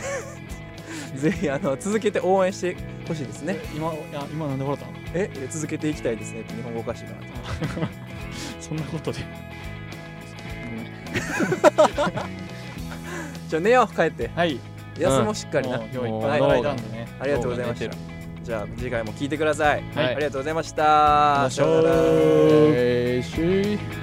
Speaker 2: ぜひあの続けて応援してほしいですね
Speaker 3: 今いや今なんで笑ったの
Speaker 2: ええ続けていきたいですねって日本語おかしいかな
Speaker 3: そんなことでごめん
Speaker 2: じゃあ寝よう帰って
Speaker 3: はい
Speaker 2: 休もうしっかりな、
Speaker 3: もう今日いっぱい
Speaker 2: もう
Speaker 3: 働いたんでね
Speaker 2: ありがとうございました
Speaker 1: 今
Speaker 2: じゃあ次回も聞いてください、
Speaker 1: はい
Speaker 2: ありがとうございました
Speaker 3: ましょう
Speaker 2: さよなら
Speaker 1: えーし